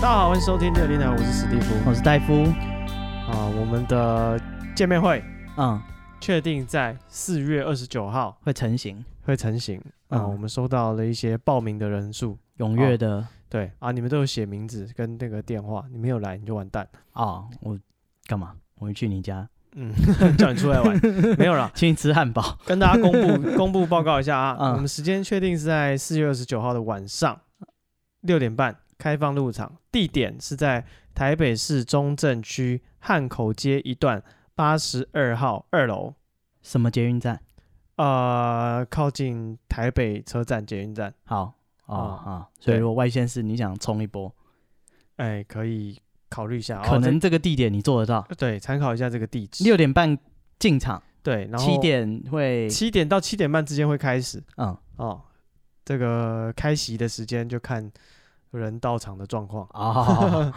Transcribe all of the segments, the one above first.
大家好，欢迎收听《六零奶》，我是史蒂夫我是戴夫，啊。我们的见面会嗯，确定在四月二十九号会成型，会成型啊。嗯我们收到了一些报名的人数，踊跃的对啊，你们都有写名字跟那个电话，你没有来你就完蛋，啊、哦我干嘛？我去你家，嗯， 叫你出来 玩，没有啦。请你吃汉堡。 跟大家公 布公布报告一下啊，嗯我们时间确定是在四月二十九号的晚上六点半开放入场，地点是在台北市中正区汉口街一段八十二号二楼。什么捷运站？呃，靠近台北车站捷运站，好哦哦啊，所以对如果外县市你想冲一波，哎，可以考虑一下，可哦能这个地点你做得到。这对参考一下这个地址。六点半进场，对，然后七点会七点到七点半之间会开始嗯哦，这个开席的时间就看人到场的状况。哦，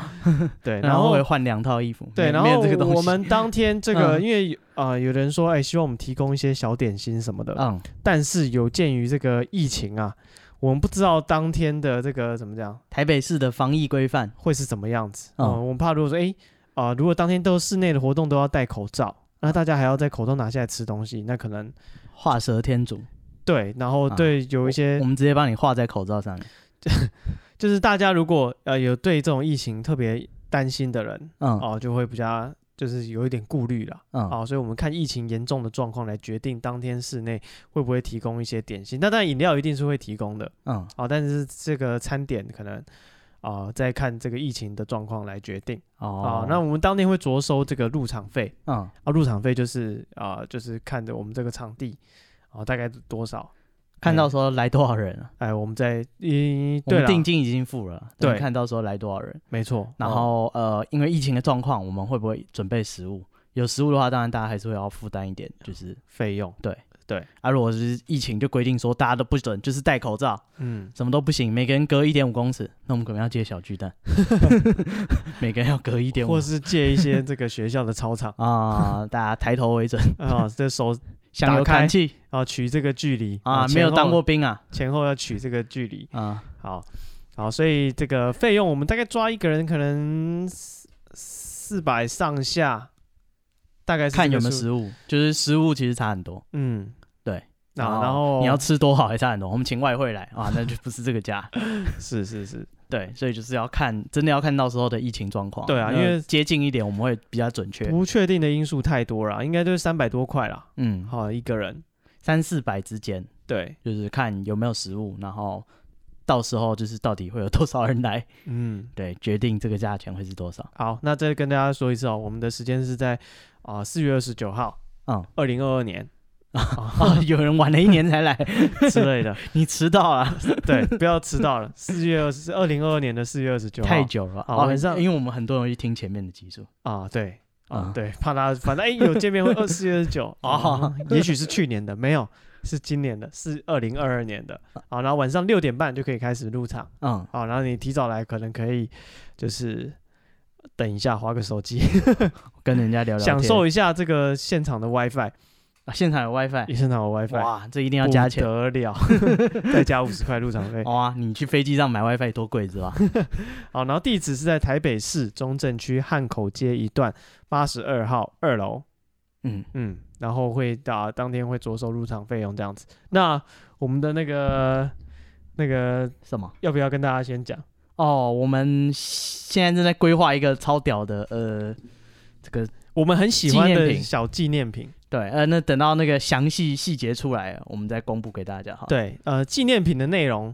对，然后后会换两套衣服。对，没然没后有这个东西。我们当天这个，嗯因为呃，有人说，哎，希望我们提供一些小点心什么的，嗯但是有鉴于这个疫情啊，我们不知道当天的这个怎么讲，台北市的防疫规范，会是怎么样子？嗯嗯，我们怕如果说，诶，啊、如果当天都室内的活动都要戴口罩，那大家还要在口罩拿下来吃东西，那可能画蛇添足，对，然后啊对有一些、我们直接帮你画在口罩上面。就是大家如果呃有对这种疫情特别担心的人嗯、哦、就会比较就是有一点顾虑了。嗯，哦，所以我们看疫情严重的状况来决定当天室内会不会提供一些点心。那当然饮料一定是会提供的嗯，哦，但是这个餐点可能啊、再看这个疫情的状况来决定啊、哦，那我们当天会着收这个入场费，嗯，啊，入场费就是啊、就是看着我们这个场地啊、大概多少，看到时候来多少人啊？哎，我们再一我对们啦定金已经付了，对看到时候来多少人。没错，然哦后、呃，因为疫情的状况，我们会不会准备食物？有食物的话，当然大家还是会要负担一点，就是费用，啊，如果是疫情就规定说大家都不准，就是戴口罩，嗯，什么都不行，每个人隔一点五公尺，那我们可能要接小巨 蛋，每个人要隔一点五或是借一 些这个学校的操场啊，大家抬头 为准，啊，这手向右看齐啊取这个距离啊，前没有当后过兵啊前后要取这个距离，啊，好，好，所以这个费用我们大概抓一个人可能四四百上下，大概是看这个有没有数食物，就是食物其实差很多。嗯，对。哦啊，然后你要吃多好还差很多，我们请外汇来啊，那就不是这个价。是是是，对，所以就是要看，真的要看到时候的疫情状况。对啊那因为接近一点，我们会比较准确。不确定的因素太多了，应该就是三百多块啦。嗯，好一个人，三四百之间，对，就是看有没有食物，然后到时候就是到底会有多少人来，嗯，对，决定这个价钱会是多少。好，那再跟大家说一次哦，我们的时间是在啊四、4月二十九号，嗯，二零二二 年啊，有人晚了一年才来，之类的，你迟到啊了，对，不要迟到了，四月二十，二零二二年的四月二十九号，太久了。啊哦好晚上因为我们很多人会去听前面的集数啊，对。啊啊，对，怕大家反正哎、有见面会二四月二十九 啊哦，也许是去年的，没有，是今年的，是二零二二年的。啊好，然后晚上六点半就可以开始入场，嗯，好，然后你提早来可能可以就是等一下划个手机，跟人家聊聊天，享受一下这个现场的 WiFi，啊现场有 WiFi，现场有 WiFi 哇，这一定要加钱不。得 了，再加五十块入场费。哇、啊，你去飞机上买 WiFi 多贵是吧？好，然后地址是在台北市中正区汉口街一段八十二号二楼，嗯，嗯，然后会打当天会着手入场费用这样子。那我们的那个那个什么？要不要跟大家先讲？哦，我们现在正在规划一个超屌的，呃，这个我们很喜欢纪念的品小纪念品，对，呃，那等到那个详细细节出来，我们再公布给大家哈。对，呃，纪念品的内容。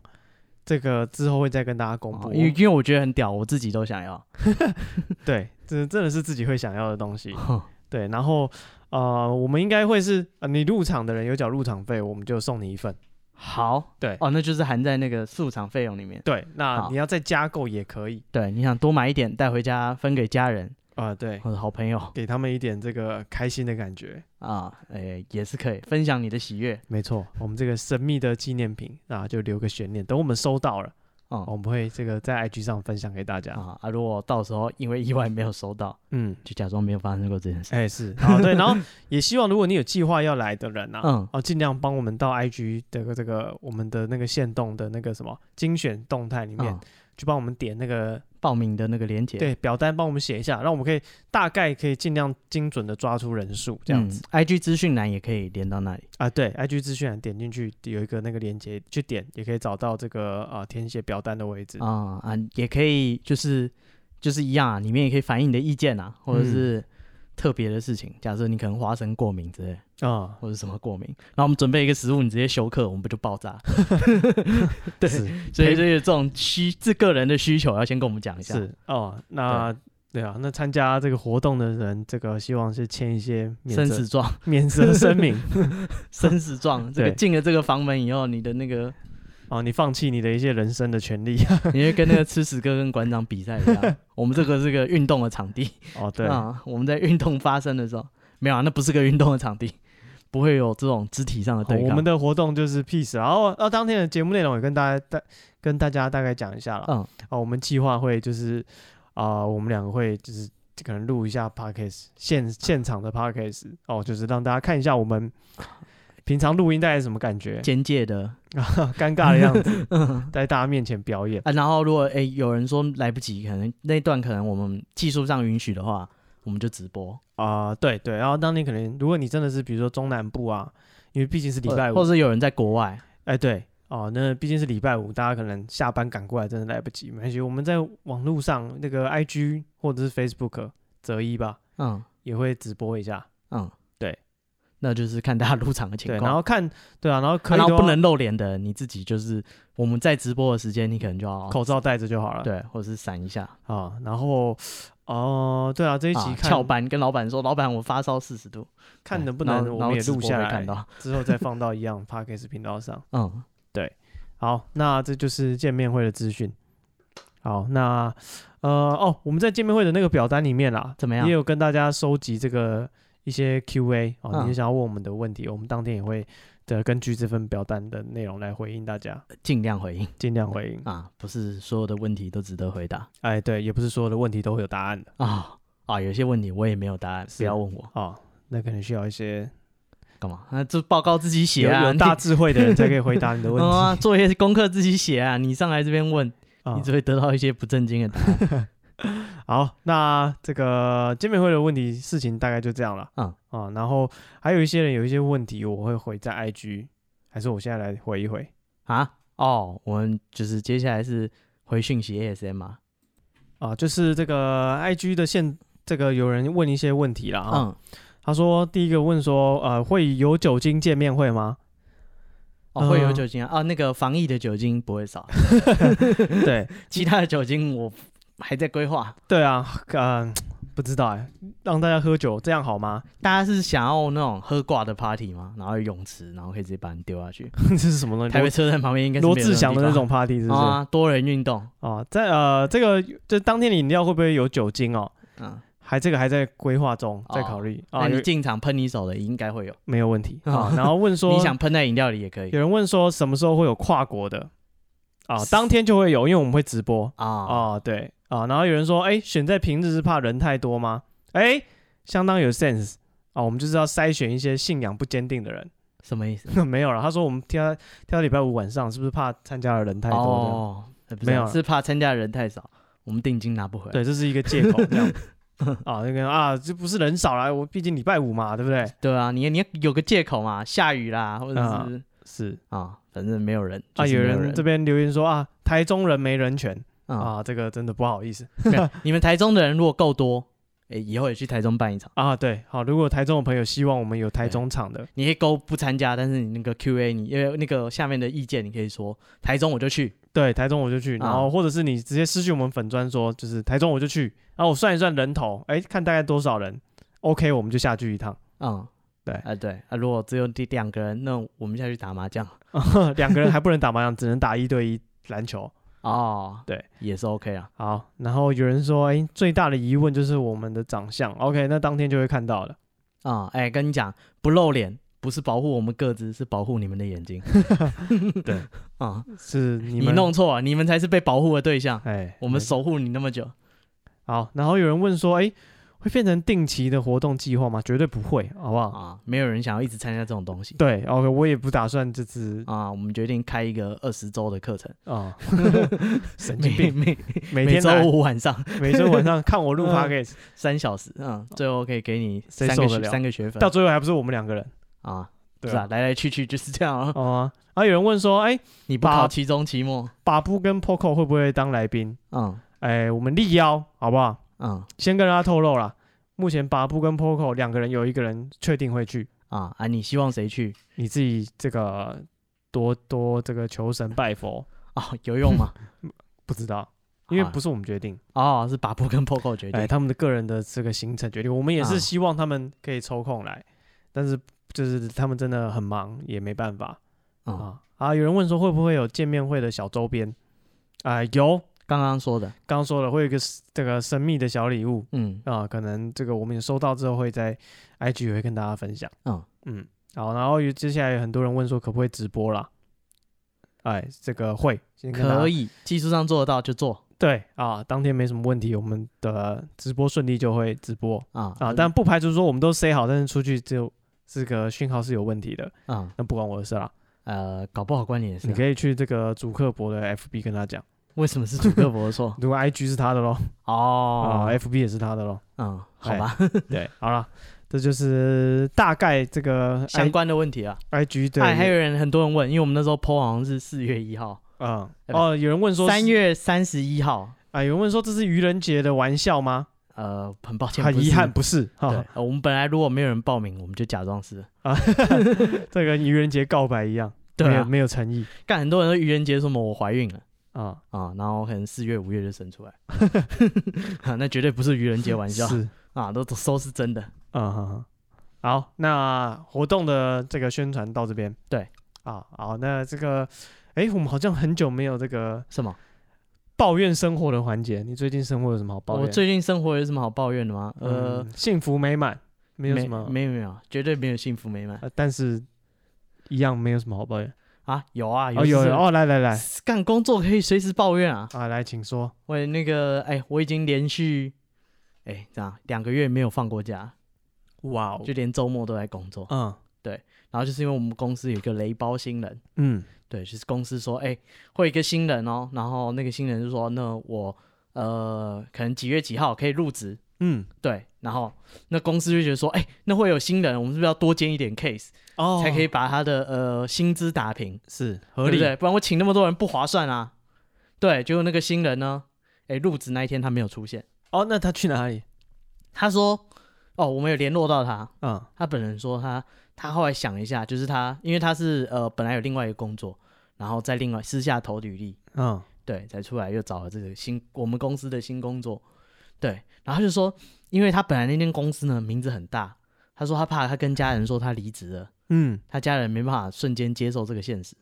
这个之后会再跟大家公哦，布，因为因为我觉得很屌，我自己都想要。 对，这真的是自己会想要的东西。哦对，然后啊、我们应该会是、呃、你入场的人有缴入场费，我们就送你一份。好，对哦，那就是含在那个入场费用里面。对，那好你要再加购也可以对，你想多买一点带回家分给家人 啊、对，或者好朋友给他们一点这个开心的感觉。啊，哎、也是可以分享你的喜悦。没错，我们这个神秘的纪念品啊，就留个悬念，等我们收到了，嗯我们会这个在 IG 上分享给大家。啊啊！如果到时候因为意外没有收到，嗯，就假装没有发生过这件事。哎、是，好对，然后也希望如果你有计划要来的人啊，嗯哦，尽量帮我们到 IG 的这个这个我们的那个线动的那个什么精选动态里面、嗯去帮我们点那个报名的那个链接，对表单，帮我们写一下，让我们可以大概可以尽量精准的抓出人数这样子、嗯、IG 资讯栏也可以连到那里。啊。对，IG 资讯栏点进去有一个那个链接，去点也可以找到这个啊、呃填写表单的位置。啊、啊，也可以就是就是一样啊，里面也可以反映你的意见啊，嗯或者是特别的事情。假设你可能花生过敏之类，啊、或者什么过敏，然后我们准备一个食物，你直接休克，我们不就爆炸？ 对，是所以就是这种需自个人的需求要先跟我们讲一下。哎是哦，那。对啊，那参加这个活动的人，这个希望是签一些免生责 死状，免责声 明生死状，这个对进了这个房门以后，你的那个哦，你放弃你的一些人生的权利 你会跟那个吃屎哥跟馆长比赛一样。我们这个是个运动的场地，哦， 对，啊，我们在运动发生的时候，没有、啊，那不是个运动的场地，不会有这种肢体上的好啊对抗。我们的活动就是 peace，然后呃，当天的节目内容也跟大家大跟大家大概讲一下了。嗯，哦，我们计划会就是啊、我们两个会就是可能录一下 podcast 现现场的 podcast 哦，就是让大家看一下我 们平常录音大概是什么感觉，啊简介的尴尬的样 子，嗯在大家面前表演。啊，然后如果诶有人说来不及，可能那一段可能我们技术上允许的话，我们就直播，啊、对对，然后当天可能如果你真的是比如说中南部啊，因为毕竟是礼拜五或或，者是有人在国外，哎，对哦，那毕竟是礼拜五，大家可能下班赶过来真的来不及，没关系，我们在网络上那个 IG 或者是 Facebook 择一吧，嗯也会直播一下。嗯，对，那就是看大家入场的情对，况。然后看对啊，然后可啊以然的后话不能露脸的，你自己就是我们在直播的时间，你可能就要口罩戴着就好了。对，或者是闪一下啊，然后哦、对啊，这一集啊，看、翘班跟老板说，老板我发烧四十度，看对能不然后能我然们后也直录播下会来，看到，之后再放到一样 Podcast 频道上。嗯。好，那这就是见面会的资讯。好，那呃哦，我们在见面会的那个表单里面啊啦，怎么样也有跟大家收集这个一些 Q&A 哦，嗯你想要问我们的问题，我们当天也会的根据这份表单的内容来回应大家，尽量回应尽量回应。啊，不是所有的问题都值得回答哎，对，也不是所有的问题都会有答案的啊啊，有些问题我也没有答案，不要问我哦，那可能需要一些干嘛？啊，这报告自己写有啊，有你大智慧的人才可以回答你的问 嗯啊，题。哦作业功课自己写啊，你上来这边问，啊哦你只会得到一些不正经的答案。好，那这个见面会的问题事情大概就这样了。嗯啊，然后还有一些人有一些问题，我会回在 IG，还是我现在来回一回啊哦，我们就是接下来是回讯息 ASM 啊，啊？就是这个 IG 的现这个有人问一些问题了啊。嗯，他说第一个问说，呃，会有酒精见面会 吗？哦会有嗯酒精啊，啊那个防疫的酒精不 会少，对其他的酒精我还在规划。对啊，嗯、不知道哎、让大家喝酒这样好吗？ 大家是想要那种喝挂的 party 吗？然后有泳池，然后可以直接把你丢下去。这是什么东西台北？车站旁边应该是罗罗没有志祥的那地方种 party 是不是？啊，啊，多人运动，在呃，这个就当天的饮料会不会有酒精哦？嗯，还这个还在规划中，在考虑、哦那啊，你有进场喷你手的应该会有，没有问题啊啊。然后问说， 你想喷在饮料里也可以有人问说什么时候会有跨国的啊？当天就会有，因为我们会直播啊。啊，对啊。然后有人说，哎、选在平日是怕人太多吗？哎、相当有 sense 啊，我们就是要筛选一些信仰不坚定的人。 什么意思？没有了，他说我们挑挑礼拜五晚上，是不是怕参加的人太多的？哦，呃不是没有啊是怕参加的人太少，我们定金拿不回来。对，这是一个借口，这样啊，那个啊，这不是人少来，我毕竟礼拜五嘛，对不对？对啊，你你有个借口嘛，下雨啦，或者啊是是啊，反正没有人啊，就是有没有人这人边留言说啊，台中人没人权、啊，啊，这个真的不好意思没有你们台中的人如果够多，诶，以后也去台中办一场。啊。对，好，如果台中的朋友希望我们有台中场的，你可以勾不参加，但是你那个 Q A，你因为那个下面的意见，你可以说台中我就去，对，台中我就去，然后啊或者是你直接私讯我们粉砖说，就是台中我就去，然后我算一算人头，哎，看大概多少人，OK，我们就下去一趟 嗯，对啊对啊，如果只有第两个人，那我们下去打麻将两个人还不能打麻将，只能打一对一篮球。哦，对，也是 OK 啊，好，然后有人说，哎，最大的疑问就是我们的长相。OK，那当天就会看到了。啊、哎，跟你讲，不露脸不是保护我们个子，是保护你们的 眼睛。对， 啊、是你你们弄错了，啊你们才是被保护的对象，哎，我们没守护你那么久。好。然后有人问说，哎，会变成定期的活动计划吗？绝对不会，好不好？啊，没有人想要一直参加这种东西对，OK，我也不打算这次啊。我们决定开一个二十周的课程， 啊，神经每病，每每每天周来五晚上 每周晚上看我录 p o 嗯 d c 三小时，嗯，最后可以给你谁三个受得学了三个学 分到最后还不是我们两个人，啊，对是啊，来来去去就是这样 啊。哦、啊，然后有人问说，哎，你不把考期中 期末，把布跟 Poco 会不会当来宾？嗯哎，我们力邀，好不好？嗯先跟大家透露啦，目前把布跟 Poco 两个人有一个人确定会去，啊啊，你希望谁去你自己这个多多这个求神拜佛，啊？有用吗？不知道， 因为啊不是我们决定，哦，是把布跟 Poco 决哎，定他们的个人的这个行程决定，我们也是啊希望他们可以抽空来，但是就是他们真的很忙，也没办法。啊。啊啊！有人问说会不会有见面会的小周边？啊、有，刚刚说的，刚刚说了会有一个 s- 这个神秘的小礼物嗯啊，可能这个我们也收到之后会在 IG 也会跟大家分享。嗯嗯，好，然后有接下来有很多人问说可不可以直播啦？哎，这个会，先跟大家可以，技术上做得到就做对啊，当天没什么问题，我们的直播顺利就会直播啊啊，但不排除说我们都 say 好，但是出去就这个讯号是有问题的，嗯那不关我的事啦。呃，搞不好关你也是你啊。可以去这个主客博的 FB 跟他讲。？为什么是主客博的错 如果 IG 是他的咯，啊、哦， f b 也是他的 咯。嗯，好吧，对，好了，这就是大概这个 I 相关的问题啊。 IG 对，哎，还有人很多人问，因为我们那时候 PO 好像是四月一号，嗯哎哦，有人问说三是月三十一号，啊、有人问说这是愚人节的玩笑吗？呃，很抱歉，很不是遗憾，不哦是哈、对，呃我们本来如果没有人报名，我们就假装是。这跟愚人节告白一样，对没有啊，没有诚意干很多人都愚人节说什么我怀孕了啊，啊，然后可能四月五月就生出来， 啊那绝对不是愚人节玩笑是啊，都都都是真的。啊哈哈，好，那活动的这个宣传到这边，对，啊，好，那这个，哎，我们好像很久没有这个什么？抱怨生活的环节，你最近生活有什么好抱怨？我最近生活有什么好抱怨的吗？呃呃，，幸福美满，没有什么，没有没有，绝对没有幸福美满呃，但是一样没有什么好抱怨。啊，有啊哦，有有有哦，来来来 是，干工作可以随时抱怨啊。啊，来，请说。我那个哎，我已经连续哎这样两个月没有放过假，哇哦就连周末都在工作。嗯然后就是因为我们公司有一个雷包新人，嗯对，就是公司说哎会有一个新人哦，然后那个新人就说那我呃可能几月几号可以入职。嗯，对，然后那公司就觉得说，哎，那会有新人，我们是不是要多接一点 case，、哦才可以把他的呃薪资打平？是对合不理对？不然我请那么多人不划算啊。对，结果那个新人呢，哎，入职那一天他没有出现，哦。那他去哪里？他说，哦，我们有联络到他，嗯他本人说他他后来想一下，就是他因为他是呃本来有另外一个工作，然后在另外私下投履历，嗯对，才出来又找了这个新我们公司的新工作，对，然后他就说，因为他本来那间公司呢名字很大，他说他怕他跟家人说他离职了，嗯他家人没办法瞬间接受这个现实。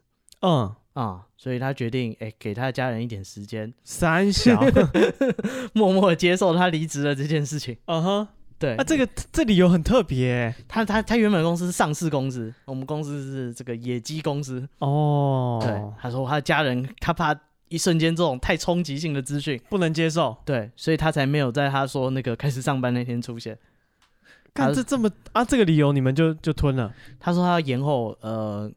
嗯，啊、所以他决定，哎、给他的家人一点时间，三小， 默默地接受他离职的这件事情。嗯哼，对，啊，这个这理由很特别他他他原本公司是上市公司，我们公司是这个野鸡公司。哦。对，，他说他的家人他怕一瞬间这种太冲击性的资讯，不能接受。对，所以他才没有在他说那个开始上班那天出现。看他这这么啊，这个理由你们就就吞了，他说他要延后呃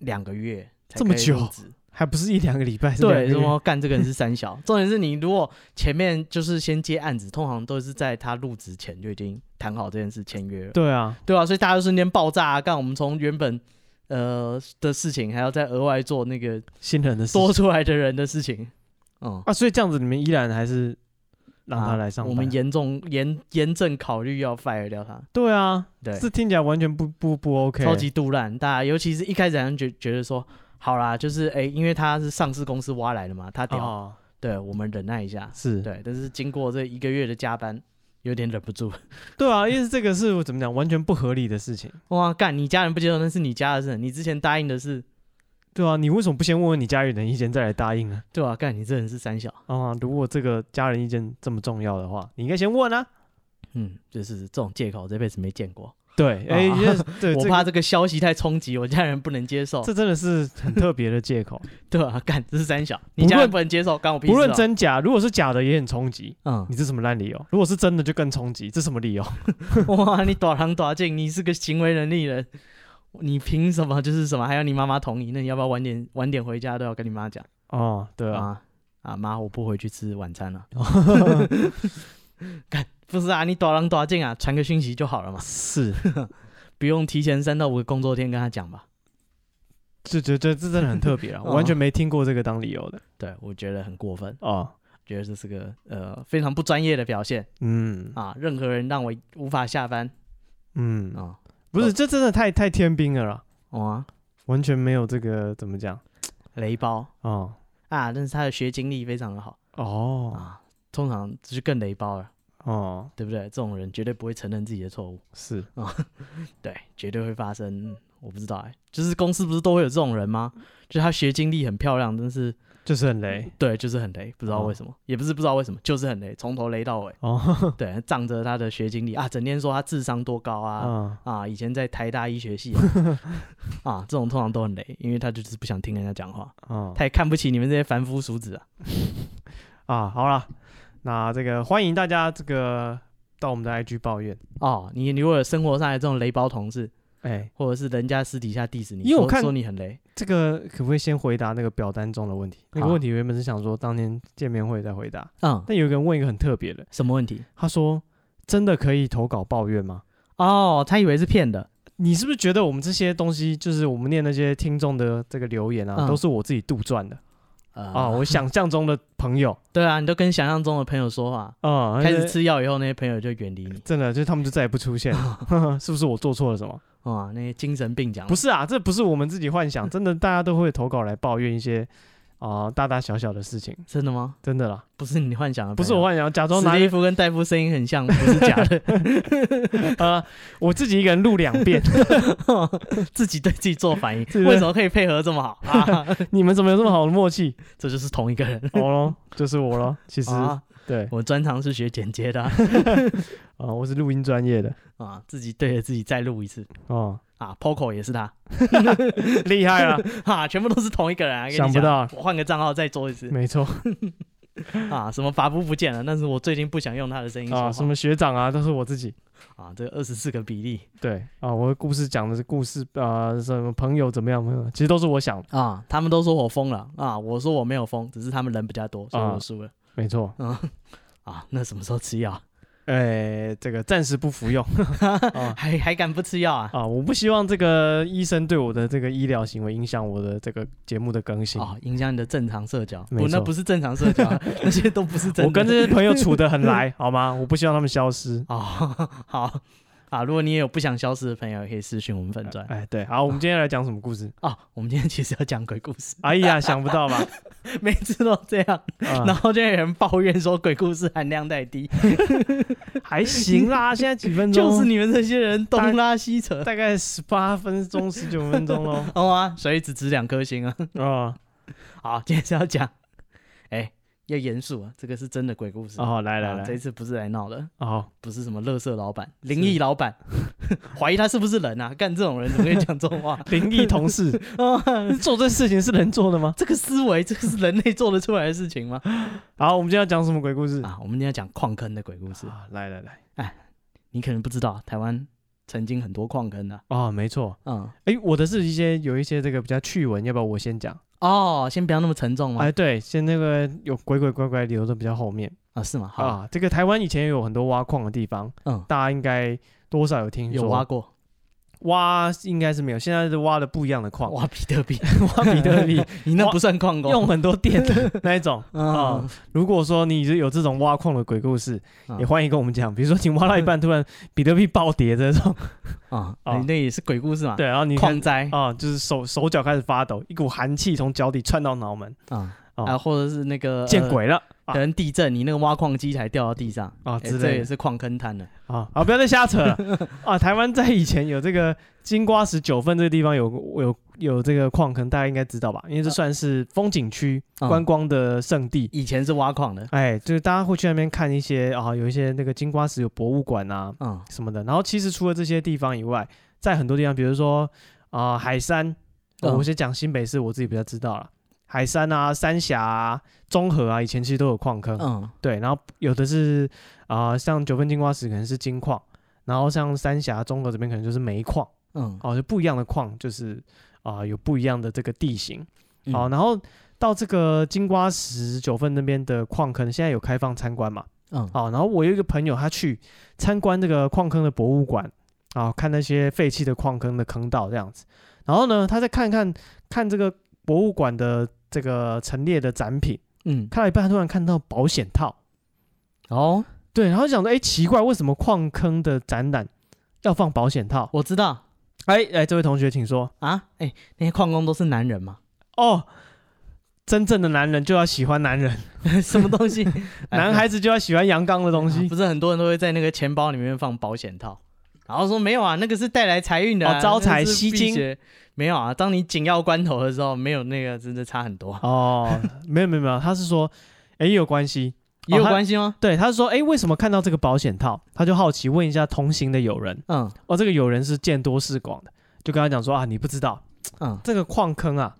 两个月才这么可以久入职还不是一两个礼拜？是两个对，月什么干这个人是三小，重点是你如果前面就是先接案子，通常都是在他入职前就已经谈好这件事签约了。对啊，对啊，所以大家就瞬间爆炸、啊，干我们从原本呃的事情，还要再额外做那个新人的事多出来的人的事情。嗯，啊，所以这样子你们依然还是让他啊来上班。我们严重严严正考虑要 fire 掉他，对啊，对，这听起来完全不不不 OK，超级杜烂。大家尤其是一开始好像觉觉得说，好啦，就是哎、因为他是上市公司挖来的嘛，他屌，哦，对我们忍耐一下，是，对。但是经过这一个月的加班，有点忍不住。对啊，因为这个是我怎么讲，完全不合理的事情。哇，干，你家人不接受那是你家的事，你之前答应的是，对啊，你为什么不先问问你家人的意见再来答应呢？对吧、干，你这人是三小，啊，如果这个家人意见这么重要的话，你应该先问啊。嗯，就是这种借口我这辈子没见过。对，哎、啊因为对， 我这怕个这个消息太冲击，我家人不能接受，这真的是很特别的借 口，对吧、干，这是三小，不你家论人不能接受，干我屁事、哦不论，真假，如果是假的也很冲击。嗯， 你这什么烂理由？如果是真的就更冲击，这什么理 由？哇，你短行短进，你是个行为能力人，你凭什么就是什么？还要你妈妈同意？那你要不要晚点晚点回家都要跟你妈讲哦，对啊，啊啊妈，我不回去吃晚餐 了。干不是啊，你短行短进啊，传个讯息就好了嘛，是， 不用提前三到五个工作天跟他讲吧。这这这这真的很特别啊，我 哦完全没听过这个当理由的对，我觉得很过分，哦，觉得这是个呃非常不专业的表现嗯啊！任何人让我无法下班嗯，啊！不是，这真的太太天兵了啦，哦啊，完全没有这个怎么讲雷包哦啊！但是他的学经历非常的好哦啊，通常这就更雷包了。哦，对不对？这种人绝对不会承认自己的错误，是对，绝对会发嗯生。我不知道哎、就是公司不是都会有这种人吗？就是他学经历很漂亮，但是就是很嗯雷对，就是很雷，不知道为什么，也不是不知道为什么，就是很雷，从头雷到尾。哦，对，仗着他的学经历啊，整天说他智商多高 啊、嗯啊，以前在台大医 学系啊啊，这种通常都很雷，因为他就是不想听人家讲话，嗯他也看不起你们这些凡夫俗子啊。啊，好啦，那这个欢迎大家这个到我们的 IG 抱怨，哦，你你如果有生活上的这种雷包同事，哎，或者是人家私底下 diss 你，因为我说看说你很雷，这个可不可以先回答那个表单中的问题？那个好问题原本是想说当天见面会再回答，嗯，但有一个人问一个很特别的，什么问题？他说真的可以投稿抱怨吗？哦，他以为是骗的，你是不是觉得我们这些东西，就是我们念那些听众的这个留言啊，嗯都是我自己杜撰的啊啊？我想象中的朋友对啊，你都跟想象中的朋友说话，啊，开始就是吃药以后，那些朋友就远离你，真的，就他们就再也不出 现了，是不是我做错了什么？哇、那些精神病讲不是啊，这不是我们自己幻嗯想，真的，大家都会投稿来抱怨一些啊、大大小小的事情，真的吗？真的啦，不是你幻想的，不是我。幻想，假装史拿蒂夫跟戴夫声音很像，不是假的， 啊，我自己一个人录两 遍，自己对自己做反应，是不是为什么可以配合这 么好啊？你们怎么有这么好的默契？这就是同一个人。 我咯，就是我咯，其实、啊，对我专长是学剪 接的啊，啊，我是录音专业的啊自己对着自己再录一次 哦，啊。Poco 也是他，厉害啊，啊，全部都是同一个人啊。跟你想不讲，到，我换个账号再做一次没错。啊。什么法布不见了，但是我最近不想用他的声音说啊，什话么学长啊，都是我自己。啊。这二十四个比例，对啊，我的故事讲的是故事啊、呃什么朋友怎么样，朋友其实都是我想的，啊，他们都说我疯了啊，我说我没有疯，只是他们人比较多，所以啊我输了没错。啊啊，那什么时候吃药？哎、这个暂时不服用 啊还还敢不吃药啊？啊，我不希望这个医生对我的这个医疗行为影响我的这个节目的更新。哦，影响你的正常社交，没不，那错不是正常社交 啊，那些都不是真的。我跟这些朋友处得很 来，好吗？我不希望他们消失。哦，好啊，如果你也有不想消失的朋友，也可以私讯我们粉钻哎，对，好，我们今天来讲什么故事？哦。我们今天其实要讲鬼故事，哎呀，想不 到吧？每次都这样，啊然后就有人抱怨说鬼故事含量太低，还行 啦，现在几分钟？就是你们这些人大东拉西扯。大概十八分钟、十九分钟 喽。哦啊，所以只值两颗星啊。啊好，今天是要讲，哎、要严肃啊，这个是真的鬼故事。哦，来来啊这一来，次不是来闹的，哦，？不是什么乐色老板、灵异老板， 怀疑他是不是人啊？干这种人怎么会讲这种话 灵异同事啊做这事情是能做的吗？这个思维，这个是人类做得出来的事情吗？好，我们今天要讲什么鬼故事？啊，我们今天要讲矿坑的鬼故事。啊，来来来，你可能不知道，台湾曾经很多矿坑的、啊，没错，嗯，哎，我的是一些有一些这个比较趣闻，要不要我先讲？哦，先不要那么沉重嘛。哎，对，先那个有鬼鬼怪怪留的比较后面啊，是吗？好，啊。这个台湾以前也有很多挖矿的地方，嗯，大家应该多少有听说，有挖过，挖应该是没有，现在是挖的不一样的矿，挖比特 币，挖比特 币，你那挖不算矿工。 用很啊多电 的那一种。嗯，如果说你是有这种挖矿的鬼故事，啊也欢迎跟我们讲。比如说你挖到一 半，突然比特币暴跌这种，啊，啊你那也是鬼故事 嘛？对，然后你看矿灾啊，就是手手脚开始发抖，一股寒气从脚底窜到脑门啊哦啊，或者是那个见，鬼了呃啊可能地震，你那个挖矿机才掉到地上，啊哎之这类也的是矿坑滩了。啊！啊，不要再瞎扯 了啊！台湾在以前有这个金瓜石九份这个地方有有有这个矿坑，大家应该知道吧？因为呃这算是风景区、嗯观光的圣地。以前是挖矿的，哎，就是大家会去那边看一些啊，有一些那个金瓜石有博物馆啊嗯，什么的。然后其实除了这些地方以外，在很多地方，比如说啊、海山，哦嗯我先讲新北市，我自己比较知道了。海山啊、三峡啊、中和啊，以前其实都有矿坑，嗯，对。然后有的是啊、像九份金瓜石可能是金矿，然后像三峡、中和这边可能就是煤矿，嗯，哦，就不一样的矿，就是啊、有不一样的这个地形。嗯好，，然后到这个金瓜石九份那边的矿坑，现在有开放参观嘛？嗯，好，然后我有一个朋友，他去参观这个矿坑的博物馆，啊，看那些废弃的矿坑的坑道这样子。然后呢，他再看看看这个博物馆的这个陈列的展品，嗯，看到一半，他突然看到保险套，哦，对，然后想说，哎，奇怪，为什么矿坑的展览要放保险套？我知道哎哎，这位同学，请说。啊，哎，那些矿工都是男人嘛，哦，真正的男人就要喜欢男人， 什么 东西？哎男孩子就要喜欢阳刚的东西 啊。不是很多人都会在那个钱包里面放保险套，然后说没有啊，那个是带来财运的、啊哦招财那个是吸辟金邪。没有啊，当你紧要关头的时候，没有那个真的差很多，哦，没有没有没有，他是说，哎、也有关系，也有他关系吗？对，他是说，哎、为什么看到这个保险套，他就好奇问一下同行的友人，嗯哦，这个友人是见多识广的，就跟他讲说啊，你不知道嗯这个矿坑啊，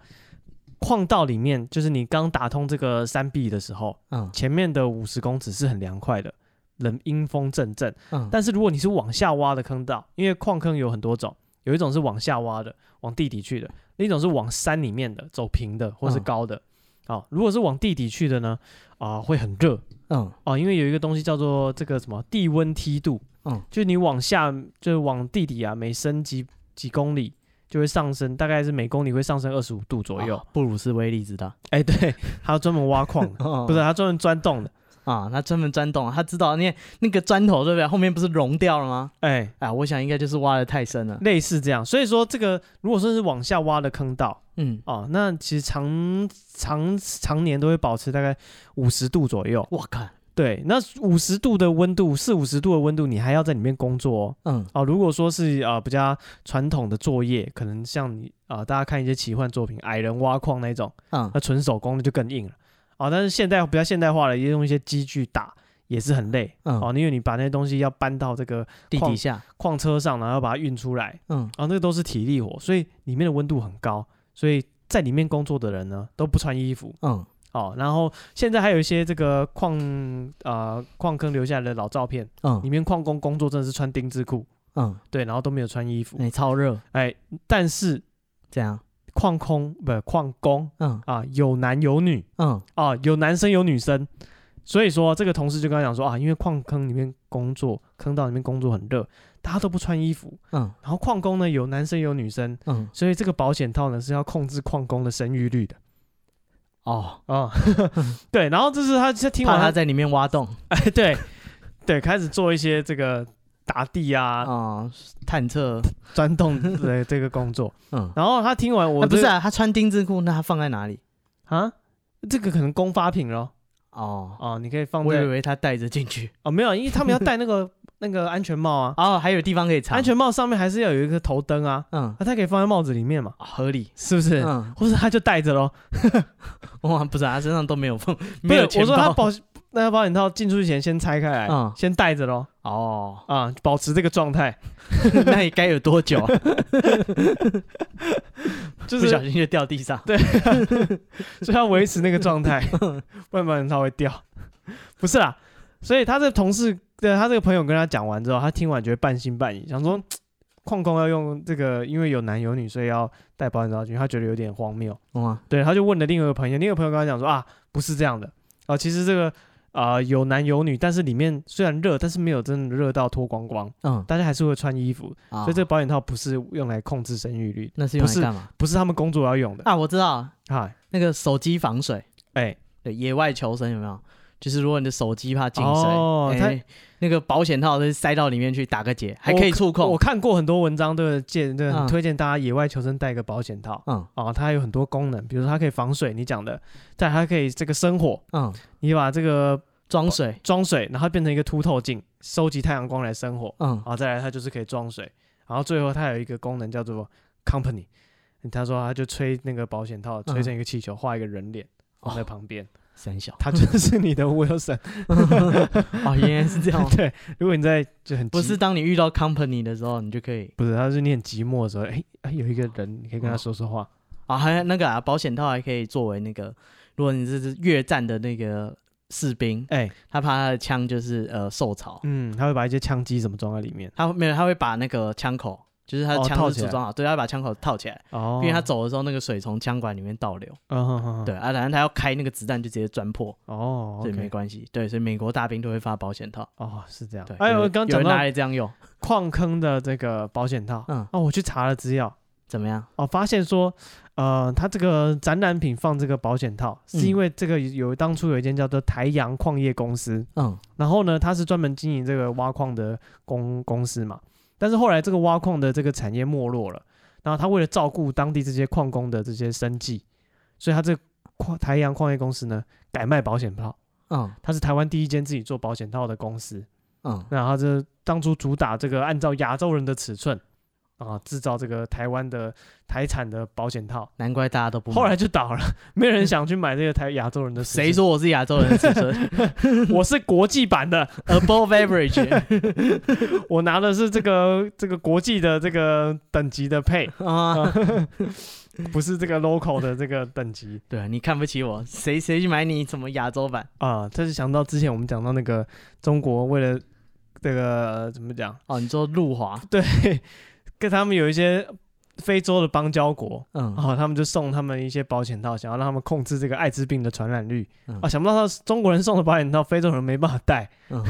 矿道里面就是你刚打通这个山壁的时候，嗯前面的五十公尺是很凉快的。冷阴风阵阵，嗯，但是如果你是往下挖的坑道，因为矿坑有很多种，有一种是往下挖的，往地底去的；另一种是往山里面的，走平的或是嗯高的。哦，如果是往地底去的呢，啊、会很热嗯哦，因为有一个东西叫做这个什么地温梯度，嗯，就是你往下，就是往地底啊，每升几几公里就会上升，大概是每公里会上升二十五度左右。啊布嗯鲁斯威利知道，，哎、对，他专门挖矿的 不不是他专门钻洞的。啊，他专门钻洞，他知道那那个砖头对不对？后面不是融掉了吗？哎、啊，我想应该就是挖的太深了。类似这样，所以说这个如果说是往下挖的坑道，嗯，哦，那其实常常常年都会保持大概五十度左右。我靠，对，那五十度的温度，四五十度的温度，你还要在里面工作哦。嗯哦，如果说是呃比较传统的作业，可能像你啊、呃大家看一些奇幻作品，矮人挖矿那种，嗯那纯手工的就更硬了。哦，但是现代比较现代化了，也用一些机具打，也是很累。嗯，哦，因为你把那些东西要搬到这个地矿底下，矿车上，然后要把它运出来，嗯啊，那个都是体力活，所以里面的温度很高，所以在里面工作的人呢都不穿衣服嗯哦。然后现在还有一些这个矿呃矿坑留下来的老照片，里嗯面矿工工作真的是穿丁字裤，嗯，对，然后都没有穿衣服，哎，超热，哎，但是这样，矿工不矿工嗯啊有男有女嗯啊有男生有女生。所以说，这个同事就跟他讲说啊，因为矿坑里面工作，坑道里面工作很热，大家都不穿衣服。嗯然后矿工呢，有男生有女生，嗯，所以这个保险套呢是要控制矿工的生育率的哦，哦， 对，然后这是他他听怕他完他在里面挖洞。哎对对开始做一些这个打地啊啊、探测，钻洞的这个工作，嗯，然后他听完我啊、不这是个啊，他穿丁字裤，那他放在哪里？啊这个可能公发品咯哦，哦，你可以放我以在为他带着进去，哦没有，因为他们要戴那个 那个安全帽啊，哦，还有地方可以藏，安，全帽上面还是要有一个头灯啊，嗯，哦啊它可以放在帽子里面嘛，合理，是不是？嗯，或者他就戴着咯，哇，不是、啊，他身上都没有放，不没是有钱我说他包，保那个保险套进出去前先拆开来，嗯先戴着咯，哦， 啊，保持这个状态。那也该有多久啊、 就不是小心就掉地上，对，所以要维持那个状 态，不然不然它会掉。 不是啦，所以他这个同事，对他这个朋友跟他讲完之后，他听完觉得半信半疑，想说矿工要用这个，因为有男有女，所以要戴保险套进去，他觉得有点荒谬。哇，对，他就问了另外一个朋友，另一个朋友跟他讲说啊，不是这样的啊、其实这个啊、有男有女，但是里面虽然热，但是没有真的热到脱光光，嗯，大家还是会穿衣服，啊所以这个保险套不是用来控制生育率，那是用不来是干嘛？不是他们工作要用的。啊，我知道，嗨，那个手机防水，哎、对，野外求生有没有？就是如果你的手机怕进水，哦哎它那个保险套塞到里面去打个结，还可以触我控。看过很多文章都有建，对，很嗯推荐大家野外求生带一个保险套嗯啊、它有很多功能，比如说它可以防水，你讲的，再来它可以这个生火，嗯，你把这个装水。装水，然后变成一个凸透镜，收集太阳光来生火，嗯然，后再来它就是可以装水，然后最后它有一个功能叫做 company，他说他就吹那个保险套，吹成一个气球，画一个人脸放在嗯哦，旁边， 三小它就是你的 Wilson。 哦，原来是这样哦。对，如果你在就很 不急是当你遇到 company 的时候，你就可以不是，他是你很寂寞的时候，哎、哎有一个人你可以嗯跟他说说话，啊，还有那个啊，保险套还可以作为那个，如果你这是越战的那个士兵，哎、他怕他的枪就是呃受潮，嗯，他会把一些枪击什么装在里面，他没有，他会把那个枪口，就是他的哦枪套是起来组装好，对，他会把枪口套起来，哦因为他，走的时候那个水从枪管里面倒流，嗯哼哼，哼对，，啊，然后他要开那个子弹就直接钻破，哦所以没，OK，关系，对，所以美国大兵都会发保险套，哦，是这样对，，哎，有我人刚有讲人拿到来这样用，矿坑的这个保险套，嗯，哦，我去查了资料，怎么样？哦，发现说，呃，他这个展览品放这个保险套，是因嗯为这个有当初有一间叫做台阳矿业公司，嗯然后呢，它是专门经营这个挖矿的公公司嘛。但是后来这个挖矿的这个产业没落了，然后他为了照顾当地这些矿工的这些生计，所以他这个矿台阳矿业公司呢改卖保险套，嗯它是台湾第一间自己做保险套的公司。嗯，那它这当初主打这个按照亚洲人的尺寸啊制造这个台湾的台产的保险套，难怪大家都不买后来就倒了， 没人想去买这个 台亚洲人的尺寸。谁说我是亚洲人的尺寸我是国际版的？ ？Above average 我拿的是这个这个国际的这个等级的配， 啊， 不是这个 local 的这个等级对，啊你看不起我，谁谁去买你什么亚洲版？啊。这是想到之前我们讲到那个中国为了这个怎么讲，哦，你说路华，对，跟他们有一些非洲的邦交国嗯，啊，他们就送他们一些保险套，想要让他们控制这个艾滋病的传染率嗯啊。想不到中国人送的保险套，非洲人没办法带嗯，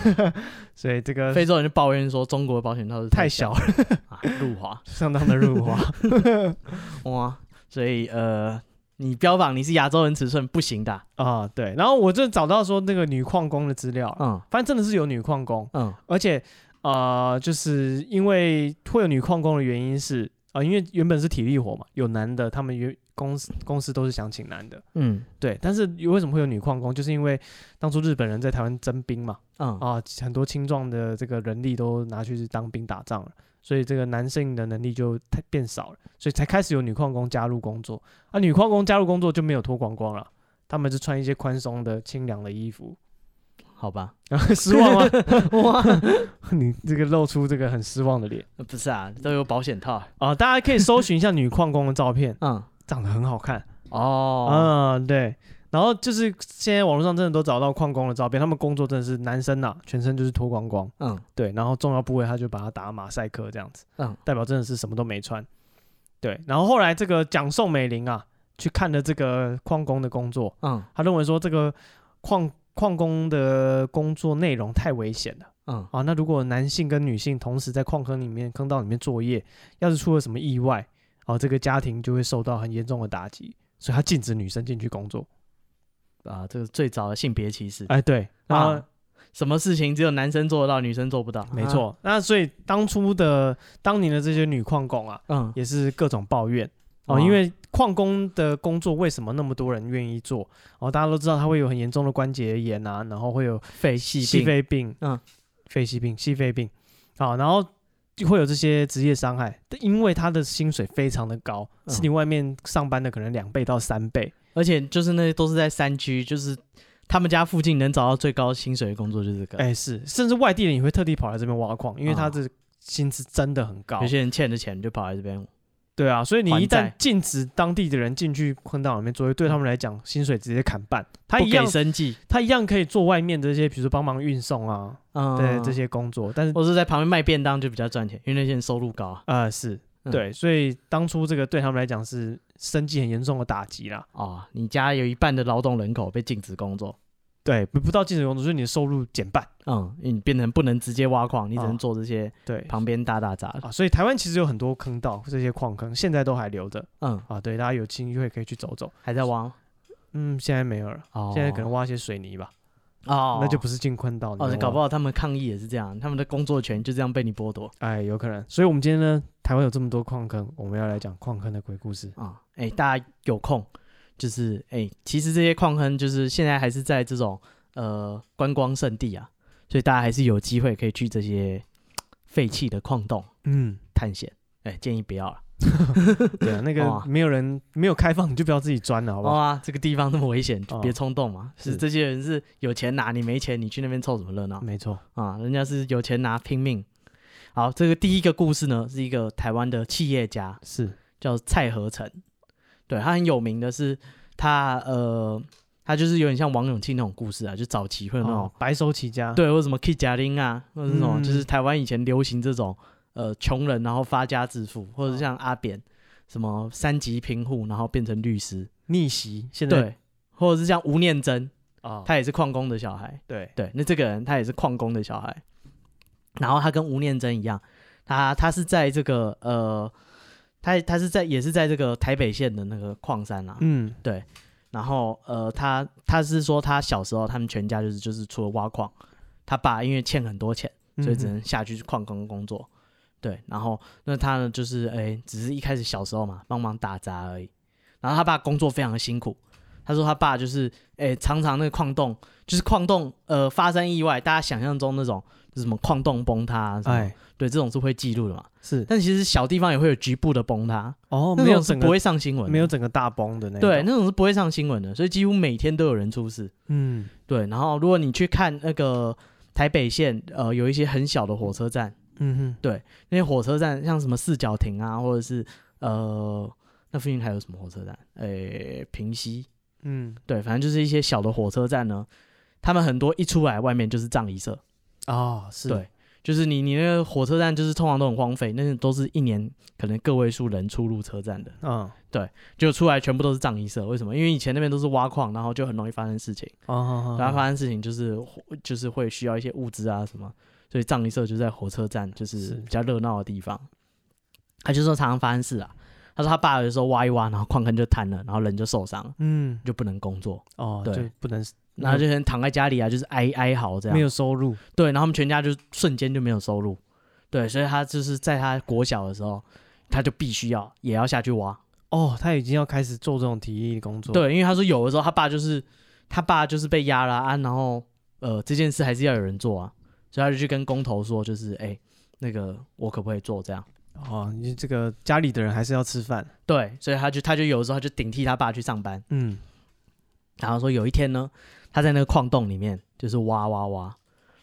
所以这个非洲人就抱怨说中国的保险套是太小小了，了，啊，路华相当的入华。 哇，所以呃，你标榜你是亚洲人尺寸不行的啊，啊，对。然后我就找到说那个女矿工的资料了，嗯反正真的是有女矿工，嗯而且呃，就是因为会有女矿工的原因是啊、因为原本是体力活嘛，有男的，他们原公司公司都是想请男的，嗯对。但是为什么会有女矿工，就是因为当初日本人在台湾征兵嘛，嗯啊，很多青壮的这个人力都拿去当兵打仗了，所以这个男性的能力就太变少了，所以才开始有女矿工加入工作。啊，女矿工加入工作就没有脱光光了，他们就穿一些宽松的、清凉的衣服。 好吧，失望吗？ 哇，你这个露出这个很失望的脸不是啊，都有保险套，，啊！大家可以搜寻一下女矿工的照片嗯长得很好看。哦，嗯，对。然后就是现在网络上真的都找到矿工的照片，他们工作真的是男生呐、啊全身就是脱光光。嗯对，然后重要部位他就把它打马赛克这样子，嗯代表真的是什么都没穿。对，然后后来这个蒋宋美龄啊，去看了这个矿工的工作，嗯他认为说这个矿矿工的工作内容太危险了嗯啊。那如果男性跟女性同时在矿坑里面坑道里面作业，要是出了什么意外，哦、这个家庭就会受到很严重的打击，所以他禁止女生进去工作。啊，这个最早的性别歧视哎，对，然后啊，什么事情只有男生做得到，女生做不到，啊没错，那所以当初的当年的这些女矿工啊，啊，嗯也是各种抱怨哦，哦因为矿工的工作为什么那么多人愿意做？哦，大家都知道它会有很严重的关节炎啊，然后会有肺系细病，肺病，嗯，肺细病、细肺病，好，然后就会有这些职业伤害，但因为他的薪水非常的高，嗯是你外面上班的可能两倍到三倍，而且就是那些都是在山区，就是他们家附近能找到最高薪水的工作就是这个。哎，是，甚至外地人也会特地跑来这边挖矿，因为他啊这薪资真的很高有，些人欠着钱就跑来这边，对啊，所以你还一旦债禁止当地的人进去坑道里面作业，对他们来讲，薪水直接砍半，他不一样给生计，他一样可以做外面的这些，比如说帮忙运送啊，嗯，哦对这，些工作，但是或是在旁边卖便当就比较赚钱，因为那些人收入高啊。呃是嗯对，所以当初这个对他们来讲是生计很严重的打击啦。哦，你家有一半的劳动人口被禁止工作，对，不不到禁止工作，所以你的收入减半。嗯，因为你变成不能直接挖矿，你只啊能做这些对旁边打打杂的。啊，所以台湾其实有很多坑道，这些矿坑现在都还留着嗯，啊。对，大家有机会可以去走走。还在挖吗。嗯，现在没有了，哦，现在可能挖一些水泥吧。哦，那就不是进坤岛。哦，搞不好好他们抗议也是这样，他们的工作权就这样被你剥夺哎，有可能。所以，我们今天呢，台湾有这么多矿坑，我们要来讲矿坑的鬼故事。啊！哎、大家有空就是哎、其实这些矿坑就是现在还是在这种呃观光圣地啊，所以大家还是有机会可以去这些废弃的矿洞嗯，探险。哎、建议不要了，对啊，那 哦个没有人没有开放，你就不要自己钻了，好不哇、好？啊，这个地方那么危险，就别哦冲动嘛。是是这些人是有钱拿，你没钱，你去那边凑什么热闹？没错，啊，人家是有钱拿拼命。好，这个第一个故事呢，是一个台湾的企业家是叫蔡和成，对他很有名的是他呃，他就是有点像王永庆那种故事啊，就早期会有那种、哦，白手起家。，对，或者什么 K 加林啊，或者那种、嗯就是台湾以前流行这种呃穷人然后发家致富，或哦者像阿扁什么三级贫户然后变成律师，逆袭现在对，或者是像吴念真，啊，他也是矿工的小孩，对，对，那这个人他也是矿工的小孩，然后他跟吴念真一样，他他是在这个呃，他他是在也是在这个台北县的那个矿山啊，嗯，然后呃，他他是说他小时候他们全家就是就是除了挖矿，他爸因为欠很多钱，所嗯以只能下去矿工工作。对，然后那他呢，就是哎，只是一开始小时候嘛，帮忙打杂而已。然后他爸工作非常的辛苦，他说他爸就是哎，常常那个矿洞就是矿洞呃发生意外，大家想象中那种就是什么矿洞崩塌、啊，嗯哎，哎对，这种是会记录的嘛。是但其实小地方也会有局部的崩塌，哦，那没有种是整不个会上新闻的，没有整个大崩的那对，种，那种是不会上新闻的，所以几乎每天都有人出事。嗯，对，然后如果你去看那个台北县，呃，有一些很小的火车站，嗯哼，那些火车站像什么四角亭啊，或者是呃，那附近还有什么火车站？诶，平西，嗯对，反正就是一些小的火车站呢，他们很多一出来外面就是葬仪社，啊，是对，就是你你那个火车站就是通常都很荒废，那都是一年可能个位数人出入车站的，嗯，就出来全部都是葬仪社，为什么？因为以前那边都是挖矿，然后就很容易发生事情。哦，然后发生事情就是就是会需要一些物资啊什么，所以葬仪社就在火车站，就是是比较热闹的地方。他就说常常发生事啊，他说他爸有时候挖一挖，然后矿坑就瘫了，然后人就受伤了，嗯，就不能工作，哦，对就不能然后就能躺在家里啊，就是哀哀嚎这嗯没样。有收入，对，然后他们全家就瞬间就没有收入，对，所以他就是在他国小的时候，他就必须要也要下去挖，哦，他已经要开始做这种体力工作，，对，因为他说有的时候他爸就是他爸就是被压了啊啊，然后呃这件事还是要有人做啊，所以他就去跟工头说，就是哎、那个我可不可以做这样？哦，你这个家里的人还是要吃饭，对，所以他就他就有的时候他就顶替他爸去上班，嗯，然后说有一天呢，他在那个矿洞里面就是挖挖挖，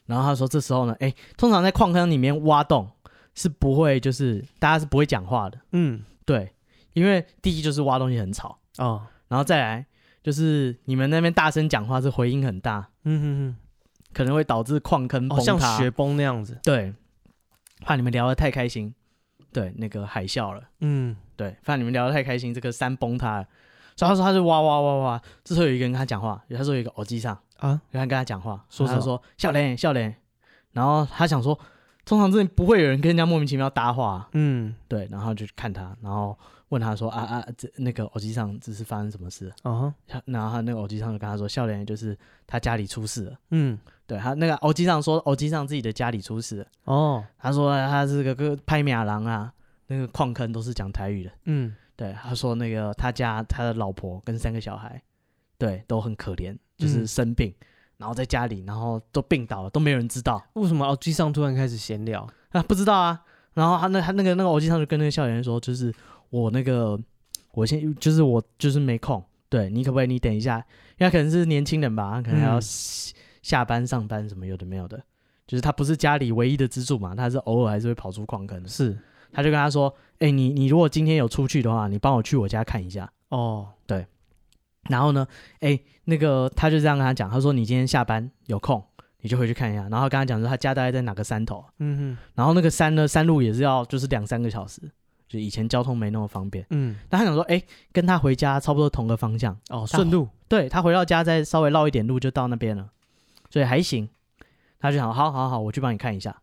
然后他说这时候呢，哎、通常在矿坑里面挖洞是不会就是大家是不会讲话的，嗯，对，因为第一就是挖东西很吵，哦，然后再来就是你们那边大声讲话是回音很大，嗯嗯可能会导致矿坑嗯，崩哦，像塌。雪崩那样子，对，怕你们聊得太开心，对，那个海啸了，嗯，对，怕你们聊得太开心，这个山崩塌了。所以他说他就哇哇哇哇，这时候有一个人跟他讲话，他说有一个耳机上，啊，有人跟他讲话，说他什就么说笑脸笑脸，然后他想说，通常这里不会有人跟人家莫名其妙搭话啊，嗯，对，然后就去看他，然后问他说啊啊，这那个耳机上这是发生什么事？哦，然后他那个耳机上就跟他说，笑脸就是他家里出事了。嗯，对他那个欧机上说，欧机上自己的家里出事了，哦，他说他是个个拍马郎啊，那个矿坑都是讲台语的。嗯，对，他说那个他家他的老婆跟三个小孩，对，都很可怜，就是嗯生病，然后在家里，然后都病倒了，都没有人知道为什么哦，机上突然开始闲聊？啊，不知道啊。然后他那他那个那个欧机上就跟那个校园说，就是我那个我先就是我就是没空，对你可不可以你等一下，因为他可能是年轻人吧，他可能还要嗯下下班上班什么有的没有的，就是他不是家里唯一的支柱嘛，他是偶尔还是会跑出矿坑的。是，他就跟他说：“哎、你你如果今天有出去的话，你帮我去我家看一下。哦，”然后呢，哎、那个他就这样跟他讲，他说：“你今天下班有空，你就回去看一下。”然后跟他讲说他家大概在哪个山头，嗯哼，然后那个山呢，山路也是要就是两三个小时，就以前交通没那么方便。嗯，但他想说，哎、跟他回家差不多同个方向，哦，他顺路，对他回到家再稍微绕一点路就到那边了，所以还行。他就想，好好好，我去帮你看一下。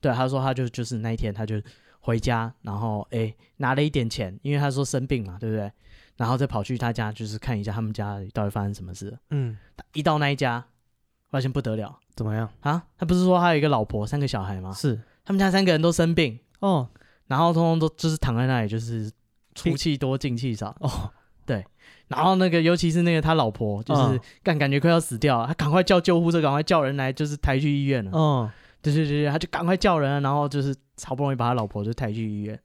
对，他说他就就是那一天他就回家，然后诶拿了一点钱，因为他说生病嘛，对不对？然后再跑去他家，就是看一下他们家里到底发生什么事了。嗯，一到那一家，发现不得了怎么样？啊！他不是说他有一个老婆、三个小孩吗？是他们家三个人都生病，啊哦然后通通都就是躺在那里，就是出气多进气少。哦，然后那个，尤其是那个他老婆，就是嗯干、感觉快要死掉了，他赶快叫救护车，赶快叫人来，就是抬去医院了。哦，对对对对，他就赶快叫人啊，然后就是好不容易把他老婆就抬去医院，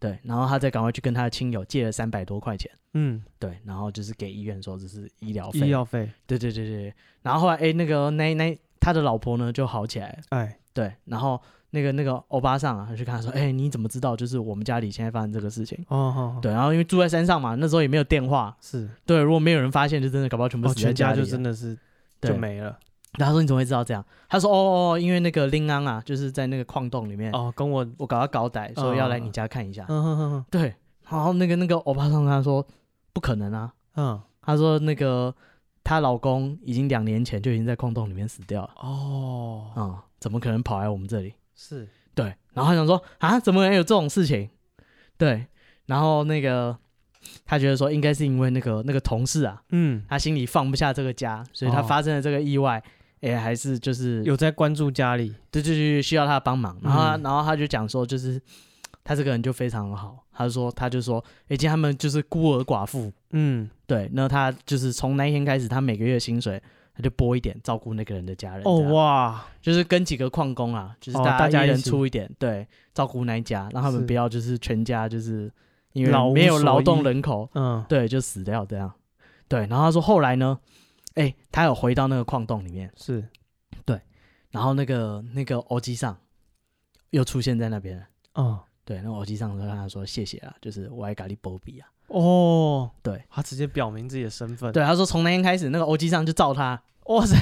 对，然后他再赶快去跟他的亲友借了三百多块钱，嗯，对，然后就是给医院说这是医疗费，医药费，对对对对，对然后后来哎那个那那他的老婆呢就好起来了，哎，对，然后那个那个欧巴桑啊他就跟他说，哎你怎么知道就是我们家里现在发生这个事情？哦哦，哦对，然后因为住在山上嘛，那时候也没有电话，是，对，如果没有人发现，就真的搞不好全部哦，死在全家里、就真的是对就。没了。然后他说你怎么会知道这样？他说哦哦哦，因为那个林安啊，就是在那个矿洞里面哦，跟我，我搞他搞歹，说要来你家看一下。嗯哼哼对，然后那个那个欧巴桑他说不可能啊，哼，嗯，他说那个她老公已经两年前就已经在矿洞里面死掉了，哦，啊、怎么可能跑来我们这里？是，对，然后他想说啊，怎么能有这种事情？对，然后那个他觉得说应该是因为那个那个同事啊，嗯，他心里放不下这个家，所以他哦发生了这个意外。哎，还是就是有在关注家里，对对对，需要他的帮忙。然后他、嗯然后他就讲说，就是他这个人就非常好。他说他就说，已经他们就是孤儿寡妇，嗯，对，那他就是从那一天开始，他每个月的薪水他就拨一点照顾那个人的家人。哦这样，哇，就是跟几个矿工啊，就是哦大大家一一人起出一点，对，照顾那一家，让他们是不要就是全家就是因老为无没有劳所依动人口，嗯，对，就死掉这样。对，然后他说后来呢，哎，他有回到那个矿洞里面，是，然后那个那个欧基上又出现在那边了。嗯，对，那个欧基上就跟他说谢谢啊，就是我爱咖喱波比啊。哦，对，他直接表明自己的身份，对，他说从那天开始，那个欧基上就照他哇塞，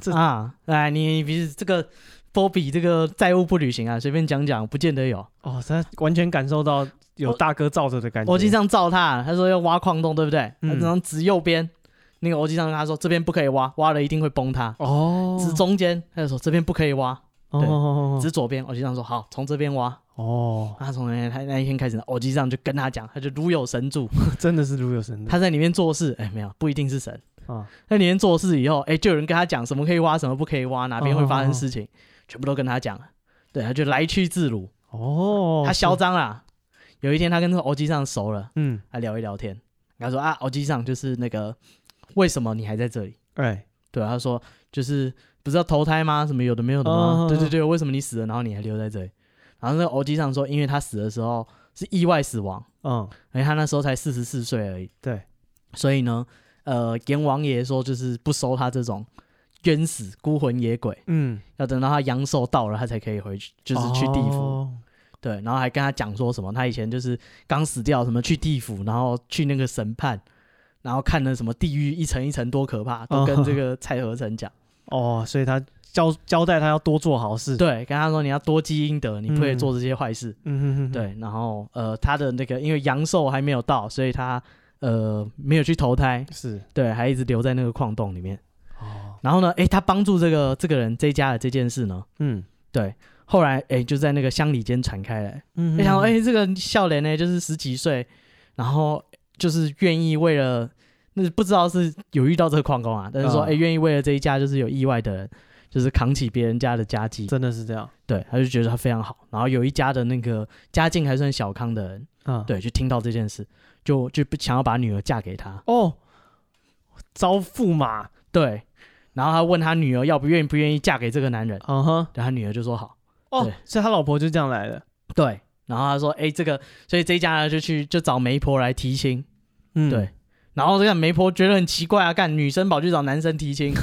这啊，哎，你你比这个波比这个债务不履行啊，随便讲讲，不见得有。哦，他完全感受到有我大哥罩着的感觉，欧基上照他啊，他说要挖矿洞，对不对？嗯他只能指右边，那个欧基上跟他说这边不可以挖，挖了一定会崩塌。哦，指中间，他就说这边不可以挖，哦，对哦指左边。欧基上说好，从这边挖。哦，他从那天他那一天开始，欧基上就跟他讲，他就如有神助， 真的是如有神助 他在里面做事，哎，没有，不一定是神。啊，在里面做事以后，哎，就有人跟他讲什么可以挖，什么不可以挖，哪边会发嗯生事情，全部都跟他讲了。对，他就来去自如，哦，他嚣是，张啦。有一天，他跟那个欧基上熟了，嗯，还聊一聊天。他说啊，欧基上就是那个，为什么你还在这里？哎，对，啊他说就是不是要投胎吗？什么有的没有的吗？嗯嗯嗯对对对，为什么你死了，然后你还留在这里？然后那个欧基上说，因为他死的时候是意外死亡，嗯，而且他那时候才四十四岁而已。对，所以呢，呃，阎王爷说就是不收他这种冤死孤魂野鬼，嗯，要等到他阳寿到了，他才可以回去，就是去地府。哦对，然后还跟他讲说什么，他以前就是刚死掉，什么去地府，然后去那个审判，然后看了什么地狱一层一层多可怕，都跟这个蔡和成讲。哦，所以他交交代他要多做好事，，对，跟他说你要多积阴德，你不可以嗯做这些坏事。嗯哼哼，，对，然后呃，他的那个因为阳寿还没有到，所以他呃没有去投胎，是，对，还一直留在那个矿洞里面。哦，然后呢，诶，他帮助这个这个人这一家的这件事呢，嗯后来诶就在那个乡里间传开来，嗯没想到诶，这个笑脸呢就是十几岁，然后就是愿意为了那不知道是有遇到这个矿工啊，但是说嗯诶，愿意为了这一家就是有意外的人，就是扛起别人家的家计，真的是这样，对，他就觉得他非常好。然后有一家的那个家境还算小康的人，啊，，对，就听到这件事，就就不想要把女儿嫁给他，哦，招驸马，对，然后他问他女儿要不愿意不愿意嫁给这个男人，嗯哼，对他女儿就说好。哦对，所以他老婆就这样来的，对，然后他说，哎、这个，所以这一家呢就去就找媒婆来提亲，嗯，对，然后这个媒婆觉得很奇怪啊，干女生跑去找男生提亲，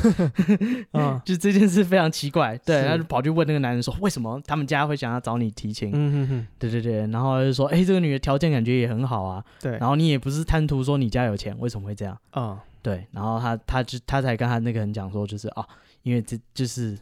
嗯就这件事非常奇怪，对，是他就跑去问那个男人说，为什么他们家会想要找你提亲？嗯哼哼，对对对，然后他就说，哎、这个女的条件感觉也很好啊，对，然后你也不是贪图说你家有钱，为什么会这样？啊，对，然后他他就他才跟他那个人讲说，就是啊，因为这就是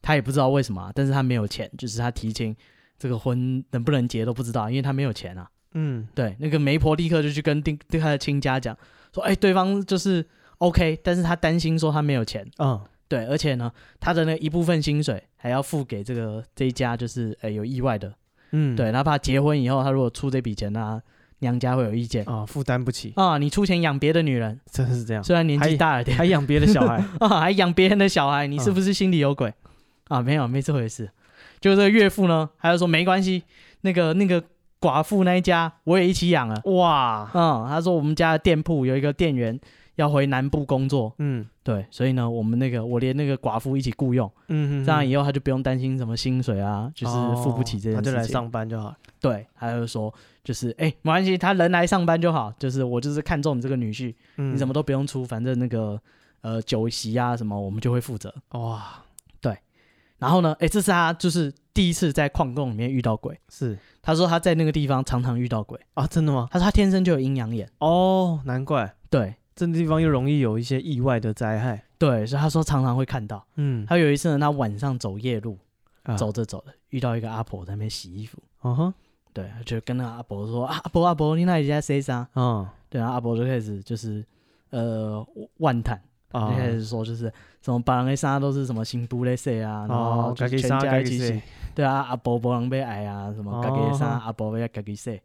他也不知道为什么啊、但是他没有钱，就是他提亲这个婚能不能结都不知道，因为他没有钱啊。嗯，对，那个媒婆立刻就去跟丁对他的亲家讲说，哎、对方就是 OK，但是他担心说他没有钱，嗯，对，而且呢，他的那一部分薪水还要付给这个这一家，就是哎、有意外的，嗯，对，他怕结婚以后他如果出这笔钱，那啊娘家会有意见啊，负担不起，啊，你出钱养别的女人，真的是这样，虽然年纪大了点啊还养别的小孩，啊，还养别人的小孩，你是不是心里有鬼？啊，没有，没这回事。就这个岳父呢，他就说没关系，那个那个寡妇那一家我也一起养了。哇，嗯，他说我们家的店铺有一个店员要回南部工作，嗯对，所以呢，我们那个我连那个寡妇一起雇佣，嗯，嗯这样嗯以后他就不用担心什么薪水啊，就是付不起这哦他件就来事情。上班就好了，对，他就说就是哎、没关系，他人来上班就好，就是我就是看中你这个女婿，嗯你什么都不用出，反正那个呃酒席啊什么我们就会负责。哇，然后呢，哎、这是他就是第一次在矿洞里面遇到鬼。是他说他在那个地方常常遇到鬼，啊，真的吗？他说他天生就有阴阳眼，哦，难怪对这地方又容易有一些意外的灾害，对，所以他说常常会看到。嗯，他有一次呢，他晚上走夜路，啊走着走着遇到一个阿婆在那边洗衣服，嗯哼，对，他就跟那个阿婆说啊阿婆阿婆，你那里在谁啥？嗯对，然后阿婆就开始就是呃万叹，就啊，开始说就是什么把人的杀都是什么新布雷塞啊，然后哦，就该是给全杀家该一给起洗谁？对啊，阿伯伯人被矮啊，什么嘎给啥哦阿伯被嘎给晒，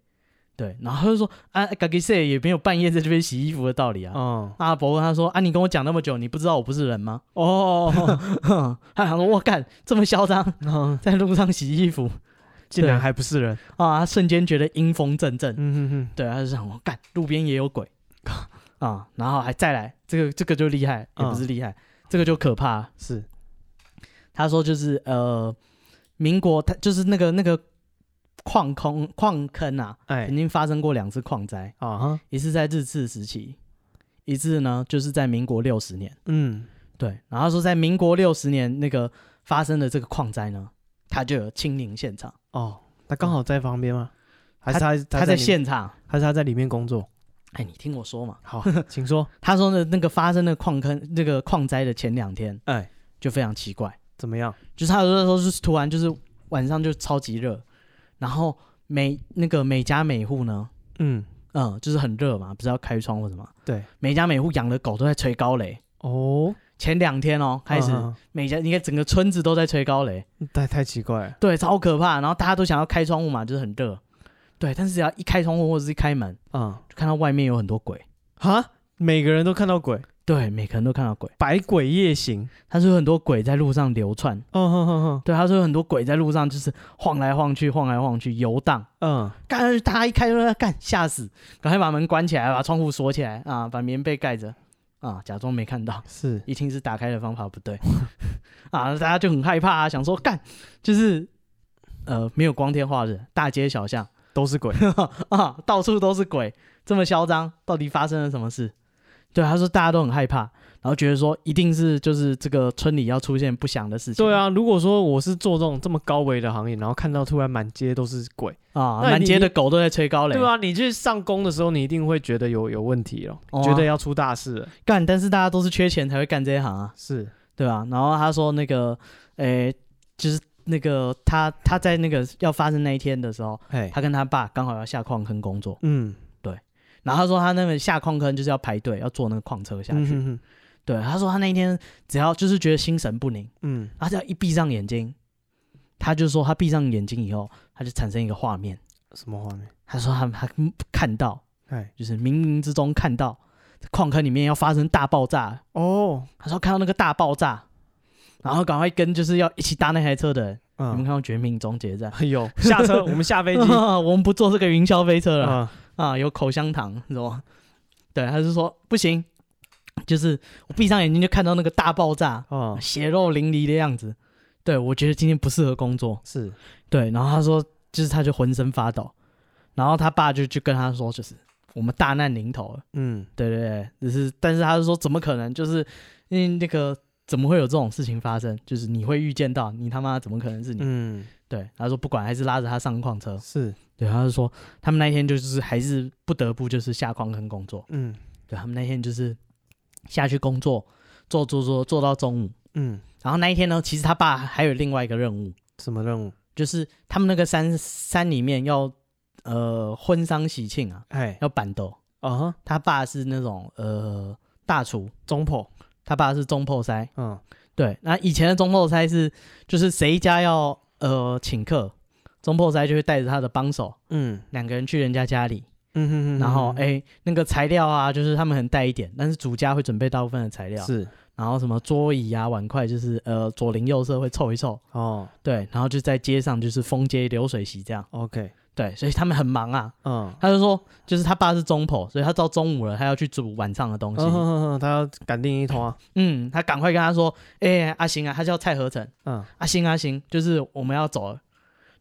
对，然后他就说啊嘎给晒也没有半夜在这边洗衣服的道理啊。嗯，阿伯问他说啊，你跟我讲那么久，你不知道我不是人吗？ 哦，他想说我干这么嚣张， 嗯在路上洗衣服竟然对还不是人，啊，他瞬间觉得阴风阵阵，嗯哼哼，对，他就想我干路边也有鬼 啊，然后还再来这个这个就厉害，哦也不是厉害，这个就可怕，是他说就是呃，民国他就是那个那个矿空矿坑啊，哎曾经发生过两次矿灾，啊哈，一次在日治时期，一次呢就是在民国六十年。嗯，对，然后他说在民国六十年那个发生的这个矿灾呢，他就有亲临现场，哦，他刚好在旁边吗？还是他他在里面现场。还是他在里面工作？哎，你听我说嘛，好， 请说。他说的那个发生的矿坑那个矿灾的前两天，哎，就非常奇怪。怎么样？就是他有的时候就是突然就是晚上就超级热，然后每那个每家每户呢，嗯，嗯，就是很热嘛，不是要开窗或什么？对，每家每户养的狗都在吹高雷。哦，前两天哦，开始、嗯每家你看整个村子都在吹高雷，嗯太太奇怪了。对，超可怕。然后大家都想要开窗户嘛，就是很热，对。但是只要一开窗户或者是一开门，嗯，就看到外面有很多鬼，哈，每个人都看到鬼，对，每个人都看到鬼。百鬼夜行。他说有很多鬼在路上流窜，嗯哼哼对，他说有很多鬼在路上就是晃来晃去，晃来晃去游荡。哼，干，大家一开门干吓死，赶快把门关起来，把窗户锁起来啊，把棉被盖着啊，假装没看到嗯，，是一定是打开的方法不对 啊，大家就很害怕啊，想说干就是呃没有光天化日，大街小巷 都是鬼。啊到处都是鬼，这么嚣张，到底发生了什么事？对，他说大家都很害怕，然后觉得说一定是就是这个村里要出现不祥的事情，对啊，如果说我是做这种这么高危的行业，然后看到突然满街都是鬼，啊，那满你街的狗都在吹高雷，对啊，你去上工的时候，你一定会觉得有有问题了，哦啊觉得要出大事了。干，但是大家都是缺钱才会干这一行啊。是，对啊，然后他说那个，诶、就是那个他他在那个要发生那一天的时候，哎，他跟他爸刚好要下矿坑工作，嗯，然后他说他那个下矿坑就是要排队，要坐那个矿车下嗯去。哼哼对，他说他那一天只要就是觉得心神不宁，嗯，他只要一闭上眼睛，他就说他闭上眼睛以后，他就产生一个画面，什么画面？他说他他看到，哎，就是冥冥之中看到矿坑里面要发生大爆炸，哦，他说看到那个大爆炸，然后赶快跟就是要一起搭那台车的人。你们嗯，看过《绝命终结战。有下 车，我们下》飞机 我们不坐这个云霄飞车了、啊，啊！有口香糖是吧？对，他就说不行，就是我闭上眼睛就看到那个大爆炸， 啊哦，血肉淋漓的样子。对我觉得今天不适合工作。是，对，然后他说，就是他就浑身发抖，然后他爸就就跟他说，就是我们大难临头了。嗯，对对对，就是，但是他就说怎么可能？就是因为那个怎么会有这种事情发生？就是你会预见到，你他妈怎么可能是你？嗯，对，他说不管，还是拉着他上矿车。是，对，他就说他们那一天就是还是不得不就是下矿坑工作，嗯对他们那天就是下去工作，做做做做到中午，嗯，然后那一天呢，其实他爸还有另外一个任务，什么任务？就是他们那个山山里面要呃婚丧喜庆啊，哎，要板斗，啊哈，他爸是那种呃大厨，中破，他爸是中破塞，嗯，对，那以前的中破塞是就是谁家要呃请客，中破塞就会带着他的帮手嗯，两个人去人家家里。嗯哼哼，然后嗯哎、那个材料啊，就是他们很带一点，但是主家会准备大部分的材料，是然后什么桌椅啊、碗筷，就是呃左邻右舍会凑一凑，哦对，然后就在街上就是风街流水席这样， ，OK，对，所以他们很忙啊。嗯，他就说，就是他爸是中婆，所以他到中午了，他要去煮晚上的东西。嗯哼哼哼，他要赶另一通啊，嗯，他赶快跟他说，哎、阿星啊，他叫蔡和成，嗯，阿星阿星，就是我们要走了。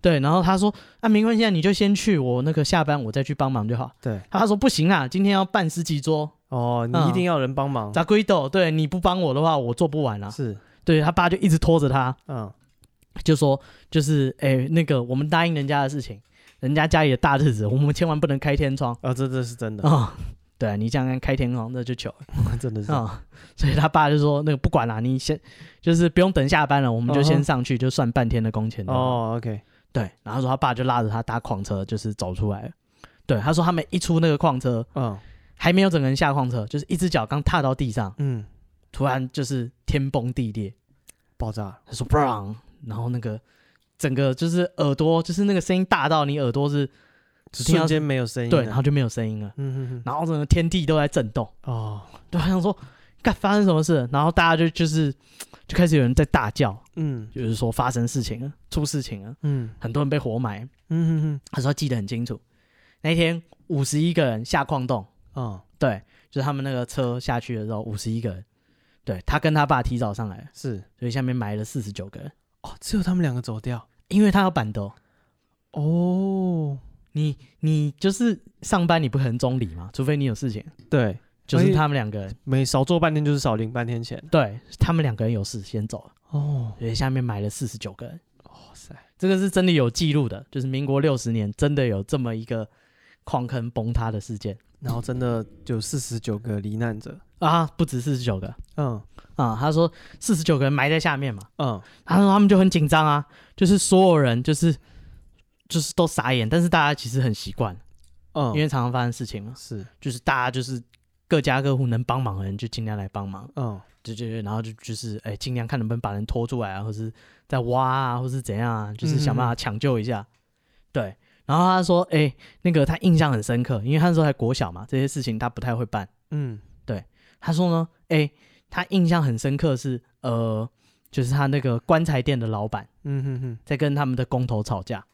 对，然后他说：“啊，没关系啊，你就先去，我那个下班我再去帮忙就好。”对，他说：“不行啊，今天要办十几桌，哦，你一定要人帮忙，咋鬼斗？对你不帮我的话，我做不完啊。是，对他爸就一直拖着他，嗯，就说就是哎、那个我们答应人家的事情，人家家里的大日子，我们千万不能开天窗啊，这这是真啊、的，对你这样开天窗，那就糗了真的是，啊、所以他爸就说：“那个不管啦、你先就是不用等下班了，我们就嗯先哼上去，就算半天的工钱。”哦，OK，对，然后说他爸就拉着他搭矿车，就是走出来了。对，他说他们一出那个矿车，嗯还没有整个人下矿车，就是一只脚刚踏到地上，嗯，突然就是天崩地裂。爆炸，他说 “brown”，然后那个整个就是耳朵，就是那个声音大到你耳朵是只听到瞬间没有声音了，啊对，然后就没有声音了，嗯哼哼，然后整个天地都在震动。哦，对，他想说干发生什么事，然后大家就就是就开始有人在大叫，嗯就是说发生事情了，出事情了，嗯很多人被活埋。嗯哼他说他记得很清楚，那一天五十一个人下矿洞，哼，哦，对，就是他们那个车下去的时候，五十一个人，对他跟他爸提早上来了，是，所以下面埋了四十九个人，哦，只有他们两个走掉，因为他有板凳。哦，你你就是上班，你不可能中理嘛，除非你有事情。对，就所是以他们两个人，每少做半天就是少领半天钱，对他们两个人有事先走了，哦，所以下面埋了四十九个人。哇塞，这个是真的有记录的，就是民国六十年真的有这么一个矿坑崩塌的事件然后真的有四十九个罹难者，啊，不止四十九个嗯啊。他说四十九个人埋在下面嘛，嗯，他说他们就很紧张啊，就是所有人就是就是都傻眼，但是大家其实很习惯，嗯，因为常常发生事情嘛，是，就是大家就是各家各户能帮忙的人就尽量来帮忙，嗯对对对，然后就就是哎尽量看能不能把人拖出来啊，或是在挖啊，或是怎样啊，就是想办嗯法抢救一下。对，然后他说哎那个他印象很深刻，因为他那时候还国小嘛，这些事情他不太会办。嗯他说呢哎他印象很深刻是呃就是他那个棺材店的老板。嗯哼哼，在跟他们的工头吵架。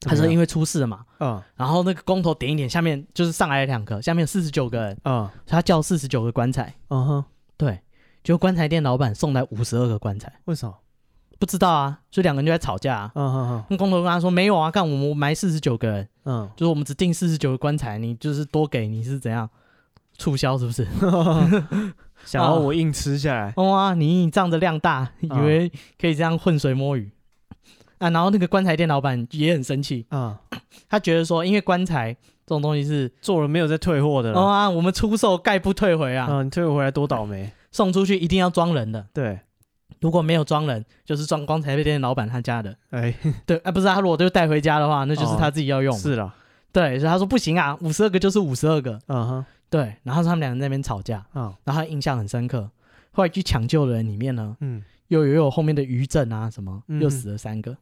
他说怎么因样，为出事了嘛，嗯然后那个工头点一点，下面就是上来两个，下面有四十九个人，嗯所以他叫四十九个棺材，嗯哼，对，结果棺材店老板送来五十二个棺材，为什么？不知道啊，所以两个人就在吵架啊。嗯哼哼，那工头跟他说没有啊，干我们埋四十九个人， 嗯，就是我们只订四十九个棺材，你就是多给你是怎样促销是不 是？嗯想要我硬吃下来，哇、你你仗着量大，以为可以这样浑水摸鱼啊？然后那个棺材店老板也很生气，嗯，他觉得说，因为棺材这种东西是，做了没有再退货的哦了，啊，我们出售概不退回啊，嗯，你退回来多倒霉，送出去一定要装人的，对，如果没有装人，就是装棺材店老板他家的。哎，对，啊，不是、啊，他如果就带回家的话，那就是哦他自己要用。是啦，对，所以他说不行啊，五十二个就是五十二个。嗯哼，对，然后他们两个在那边吵架，嗯然后他印象很深刻。后来去抢救的人里面呢，嗯，又有又有后面的余震啊什么，嗯又死了三个，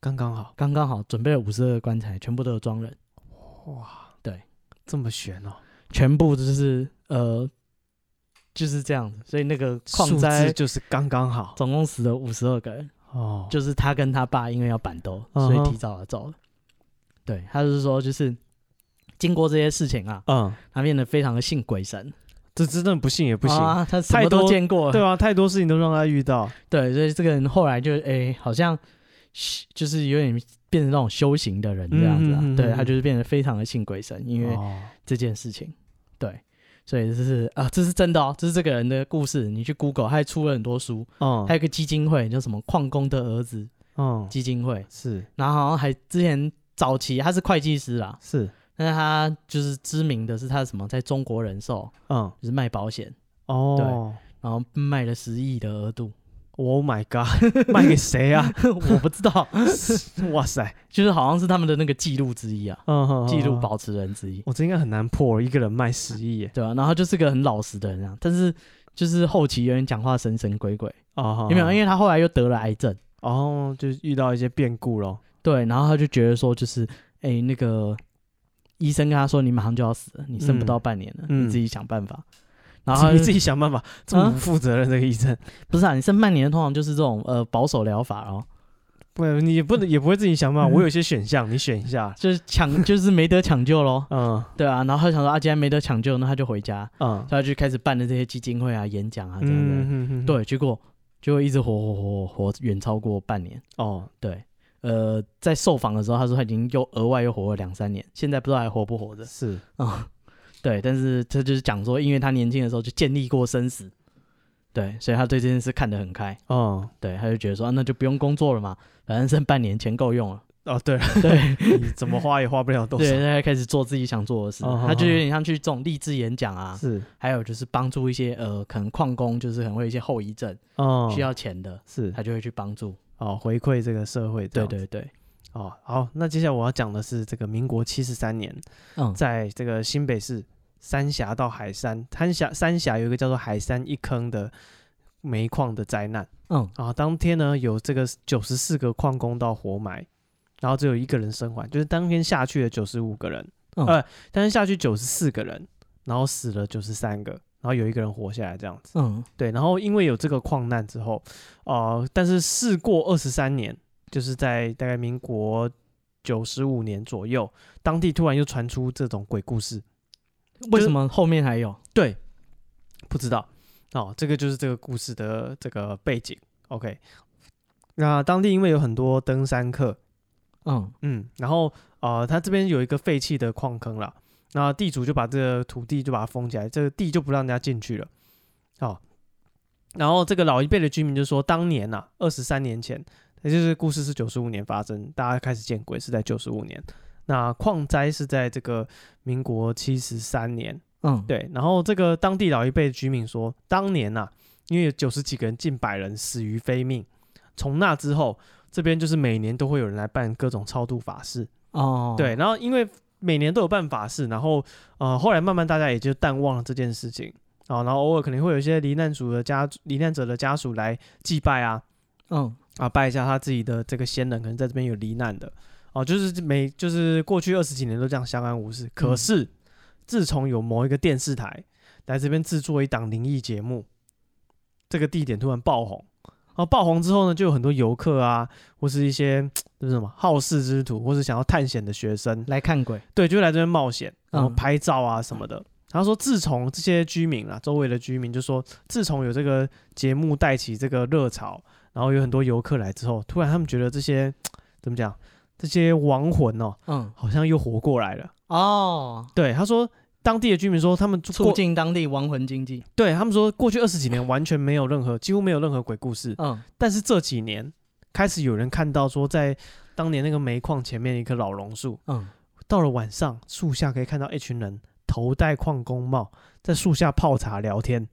刚刚好，刚刚好准备了五十二个棺材，全部都有装人，哇，对，这么悬哦，全部就是呃就是这样子。所以那个矿数灾字就是刚刚好，总共死了五十二个人，哦，就是他跟他爸因为要板斗，嗯所哼以提早而走了。对，他就是说，就是经过这些事情啊，嗯，他变得非常的信鬼神，这真的不信也不行，啊，他什太么多都见过对了。啊，太多事情都让他遇到，对，所以这个人后来就诶、好像嘘就是有点变成那种修行的人这样子啊。嗯嗯嗯嗯对他就是变得非常的信鬼神，因为哦这件事情。对，所以这是啊，这是真的哦，这是这个人的故事。你去 Google，他还出了很多书，嗯还有一个基金会叫什么“矿工的儿子嗯”，基金会。是然后好像还之前早期他是会计师啦，是，但是他就是知名的是他什么在中国人寿嗯就是卖保险，哦然后卖了十亿的额度， ，Oh my god，卖给谁啊？我不知道，哇塞，就是好像是他们的那个记录之一啊，嗯哼，记录宝，保持人之一，我这应该很难破，一个人卖十亿耶，对啊吧、然后就是个很老实的人啊，但是就是后期有点讲话神神鬼鬼，哦，有没有？因为为他后来又得了癌症，哦，就遇到一些变故咯。对，然后他就觉得说就是哎那个医生跟他说你马上就要死了，你剩不嗯到半年了，嗯你自己想 办法。然然后后他你就自己想办法，这么啊不负责任这个医生，不啊是啊，你剩半年通常就是这种呃保守疗法哦，不，你也不能也不会自己想办法。嗯我有些选项，你选一下。就是抢就是没得抢救喽，嗯对啊，然后他想说啊，既然没得抢救，那他就回家，嗯所以他就开始办的这些基金会啊、演讲啊这样子，嗯，对，结果就一直活活活活活远超过半年，哦，对。呃，在受访的时候，他说他已经又额外又活了两三年，现在不知道还活不活着。是啊、对，但是他就是讲说，因为他年轻的时候就建立过生死，对，所以他对这件事看得很开，哦对，他就觉得说、啊那就不用工作了嘛，反正剩半年钱够用了，哦，对，对 你怎么花也花不了多对，少。他就开始做自己想做的事，哦他就有点像去这种励志演讲啊，是还有就是帮助一些呃可能矿工就是可能会有一些后遗症、哦，需要钱的，是他就会去帮助，哦，回馈这个社会。对。对对，哦，好，那接下来我要讲的是这个民国七十三年，嗯，在这个新北市三峡到海山，三峡三峡有一个叫做海山一坑的煤矿的灾难。嗯啊，当天呢有这个九十四个矿工到活埋，然后只有一个人生还，就是当天下去的九十五个人，嗯呃，当天下去九十四个人，然后死了九十三个，然后有一个人活下来这样子。嗯对，然后因为有这个矿难之后，呃，但是事过二十三年，就是在大概民国九十五年左右，当地突然又传出这种鬼故事，为什么后面还有？对，不知道哦，这个就是这个故事的这个背景。OK，那当地因为有很多登山客，嗯嗯，然后呃，他这边有一个废弃的矿坑啦，那地主就把这个土地就把它封起来，这个地就不让人家进去了。哦，然后这个老一辈的居民就说，当年呐、啊，二十三年前，也就是故事是九十五年发生，大家开始见鬼是在九十五年，那矿灾是在这个民国七十三年。嗯，对，然后这个当地老一辈的居民说，当年呐、因为有九十几个人、近百人死于非命，从那之后，这边就是每年都会有人来办各种超度法事。哦，对，，然后因为每年都有办法事，然后呃，后来慢慢大家也就淡忘了这件事情啊，然后偶尔可能会有一些罹难主的家、罹难者的家属来祭拜啊，嗯啊，拜一下他自己的这个先人，可能在这边有罹难的哦、就是每就是过去二十几年都这样相安无事。可嗯是、自从有某一个电视台来这边制作一档灵异节目，这个地点突然爆红。哦，爆红之后呢，就有很多游客啊，或是一些就是什么好事之徒，或是想要探险的学生，来看鬼，对，就来这边冒险，然后嗯拍照啊什么的。然后说，自从这些居民啊，周围的居民就说，自从有这个节目带起这个热潮，然后有很多游客来之后，突然他们觉得这些怎么讲，这些亡魂哦，嗯，好像又活过来了。哦，对，他说，当地的居民说，他们促过，进当地亡魂经济，对他们说，过去二十几年完全没有任何，几乎没有任何鬼故事，嗯但是这几年开始有人看到说，在当年那个煤矿前面一棵老榕树，嗯，到了晚上，树下可以看到一群人头戴矿工帽，在树下泡茶聊天。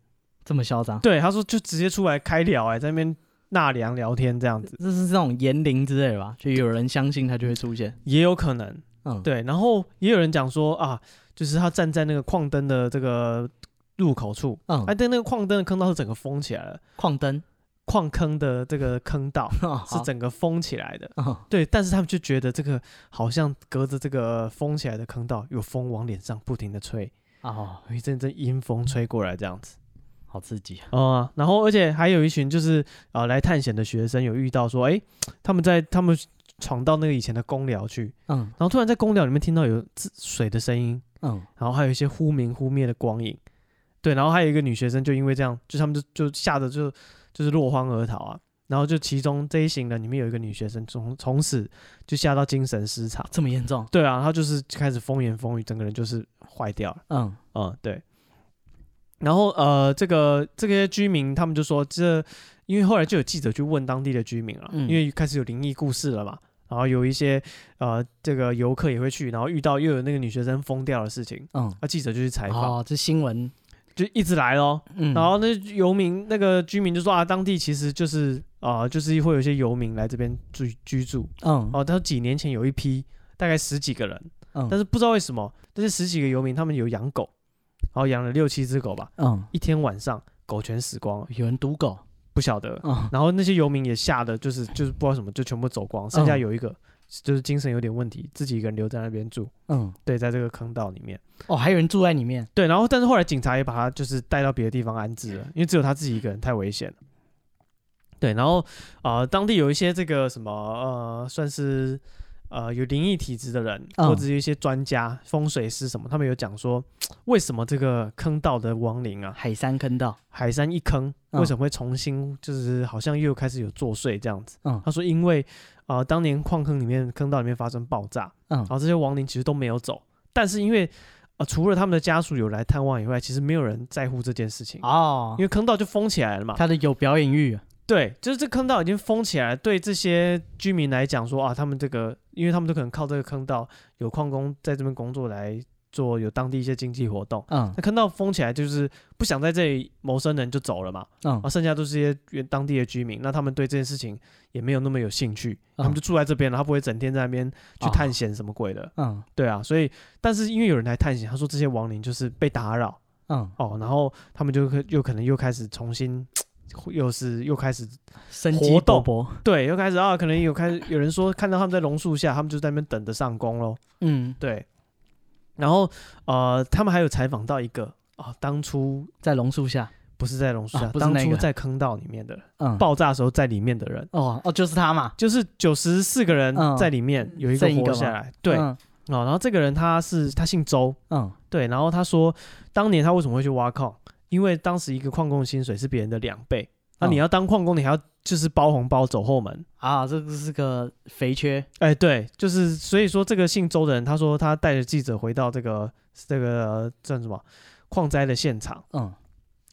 这么嚣张，对，他说就直接出来开聊、哎，在那边纳凉聊天这样子，这是这种言灵之类的吧？就有人相信它就会出现， 也有可能。嗯，，对，然后也有人讲说啊，就是他站在那个矿灯的这个入口处，嗯哎、，但那个矿灯的坑道是整个封起来了，矿 灯矿坑的这个坑道是是，整个封起来的。嗯对，但是他们就觉得这个好像隔着这个封起来的坑道，有风往脸上不停的吹，哦，有一阵阵阴风吹过来这样子。好刺激啊，哦、然后而且还有一群就是啊、呃来探险的学生有遇到说，哎，他们在他们闯到那个以前的公寮去，嗯然后突然在公寮里面听到有自水的声音，嗯，然后还有一些忽明忽灭的光影，对，然后还有一个女学生就因为这样，就他们就就吓得就就是落荒而逃啊，然后就其中这一行人里面有一个女学生从从此就吓到精神失常，这么严重，对啊，她就是开始风言风语，整个人就是坏掉了。嗯嗯，对。然后呃，这个这些居民他们就说，这因为后来就有记者去问当地的居民了，嗯因为开始有灵异故事了嘛，然后有一些呃这个游客也会去，然后遇到又有那个女学生疯掉的事情，嗯，那、记者就去采访，哦，这新闻，就一直来咯。嗯，然后那游民那个居民就说啊，当地其实就是啊、呃就是会有一些游民来这边居居住。嗯哦，他说几年前有一批大概十几个人，嗯，但是是不知道为什么，这些十几个游民他们有养狗，然后养了六七只狗吧，嗯，一天晚上狗全死光了，有人赌狗，不晓得。嗯然后那些游民也吓得就是就是不知道什么，就全部走光，剩下有一个就是精神有点问题，自己一个人留在那边住，嗯，对，在这个坑道里面。哦，还有人住在里面，对，然后但是后来警察也把他就是带到别的地方安置了，因为只有他自己一个人太危险了。对，然后啊、呃当地有一些这个什么呃，算是呃有灵异体质的人，嗯或者是一些专家、风水师什么，他们有讲说，为什么这个坑道的亡灵啊，海山坑道，海山一坑嗯为什么会重新就是好像又开始有作祟这样子？嗯他说因为呃当年矿坑里面坑道里面发生爆炸，嗯然后这些亡灵其实都没有走，但是因为呃除了他们的家属有来探望以外，其实没有人在乎这件事啊情，哦因，为坑道就封起来了嘛。他的有表演欲，对，就是这坑道已经封起来了，对这些居民来讲说啊，他们这个因为他们都可能靠这个坑道有矿工在这边工作来做有当地一些经济活动。嗯那坑道封起来，就是不想在这里谋生的人就走了嘛。嗯啊，剩下都是一些原当地的居民，那他们对这件事情也没有那么有兴趣，啊他嗯们就住在这边了，他不会整天在那边去哦探险什么鬼的，嗯对啊，所以但是因为有人来探险，他说这些亡灵就是被打扰嗯，哦，然后他们就可又可能又开始重新。又是又开始生机活动勃对，又开始啊，可能有开始有人说看到他们在榕树下，他们就在那边等着上工喽。嗯，对，然后呃，他们还有采访到一个啊，当初在榕树下，不是在榕树啊下，不是那当初个在坑道里面的嗯，爆炸的时候在里面的人，哦哦，就是他嘛，就是九十四个人嗯在里面有一个剩一个活下嘛来，对哦，嗯然后这个人他是他姓周，嗯对，然后他说当年他为什么会去挖矿，因为当时一个矿工的薪水是别人的两倍，那嗯你要当矿工，你还要就是包红包走后门，啊，这个是个肥缺，哎，对，就是所以说这个姓周的人，他说他带着记者回到这个这个叫什么矿灾的现场，嗯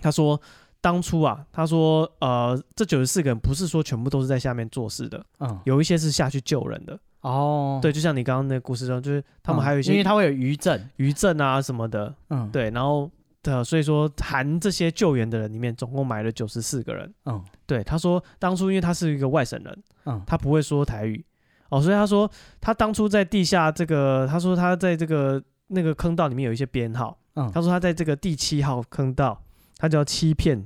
他说当初啊，他说呃这九十四个人不是说全部都是在下面做事的，嗯，有一些是下去救人的。哦，对，就像你刚刚那个故事中，就是他们嗯还有一因为些他会有余震，余震啊什么的，嗯对，然后的、呃所以说含这些救援的人里面，总共埋了九十四个人。嗯对，他说当初因为他是一个外省人，嗯他不会说台语，哦，所以他说他当初在地下这个，他说他在这个那个坑道里面有一些编号，嗯他说他在这个第七号坑道，他叫欺骗，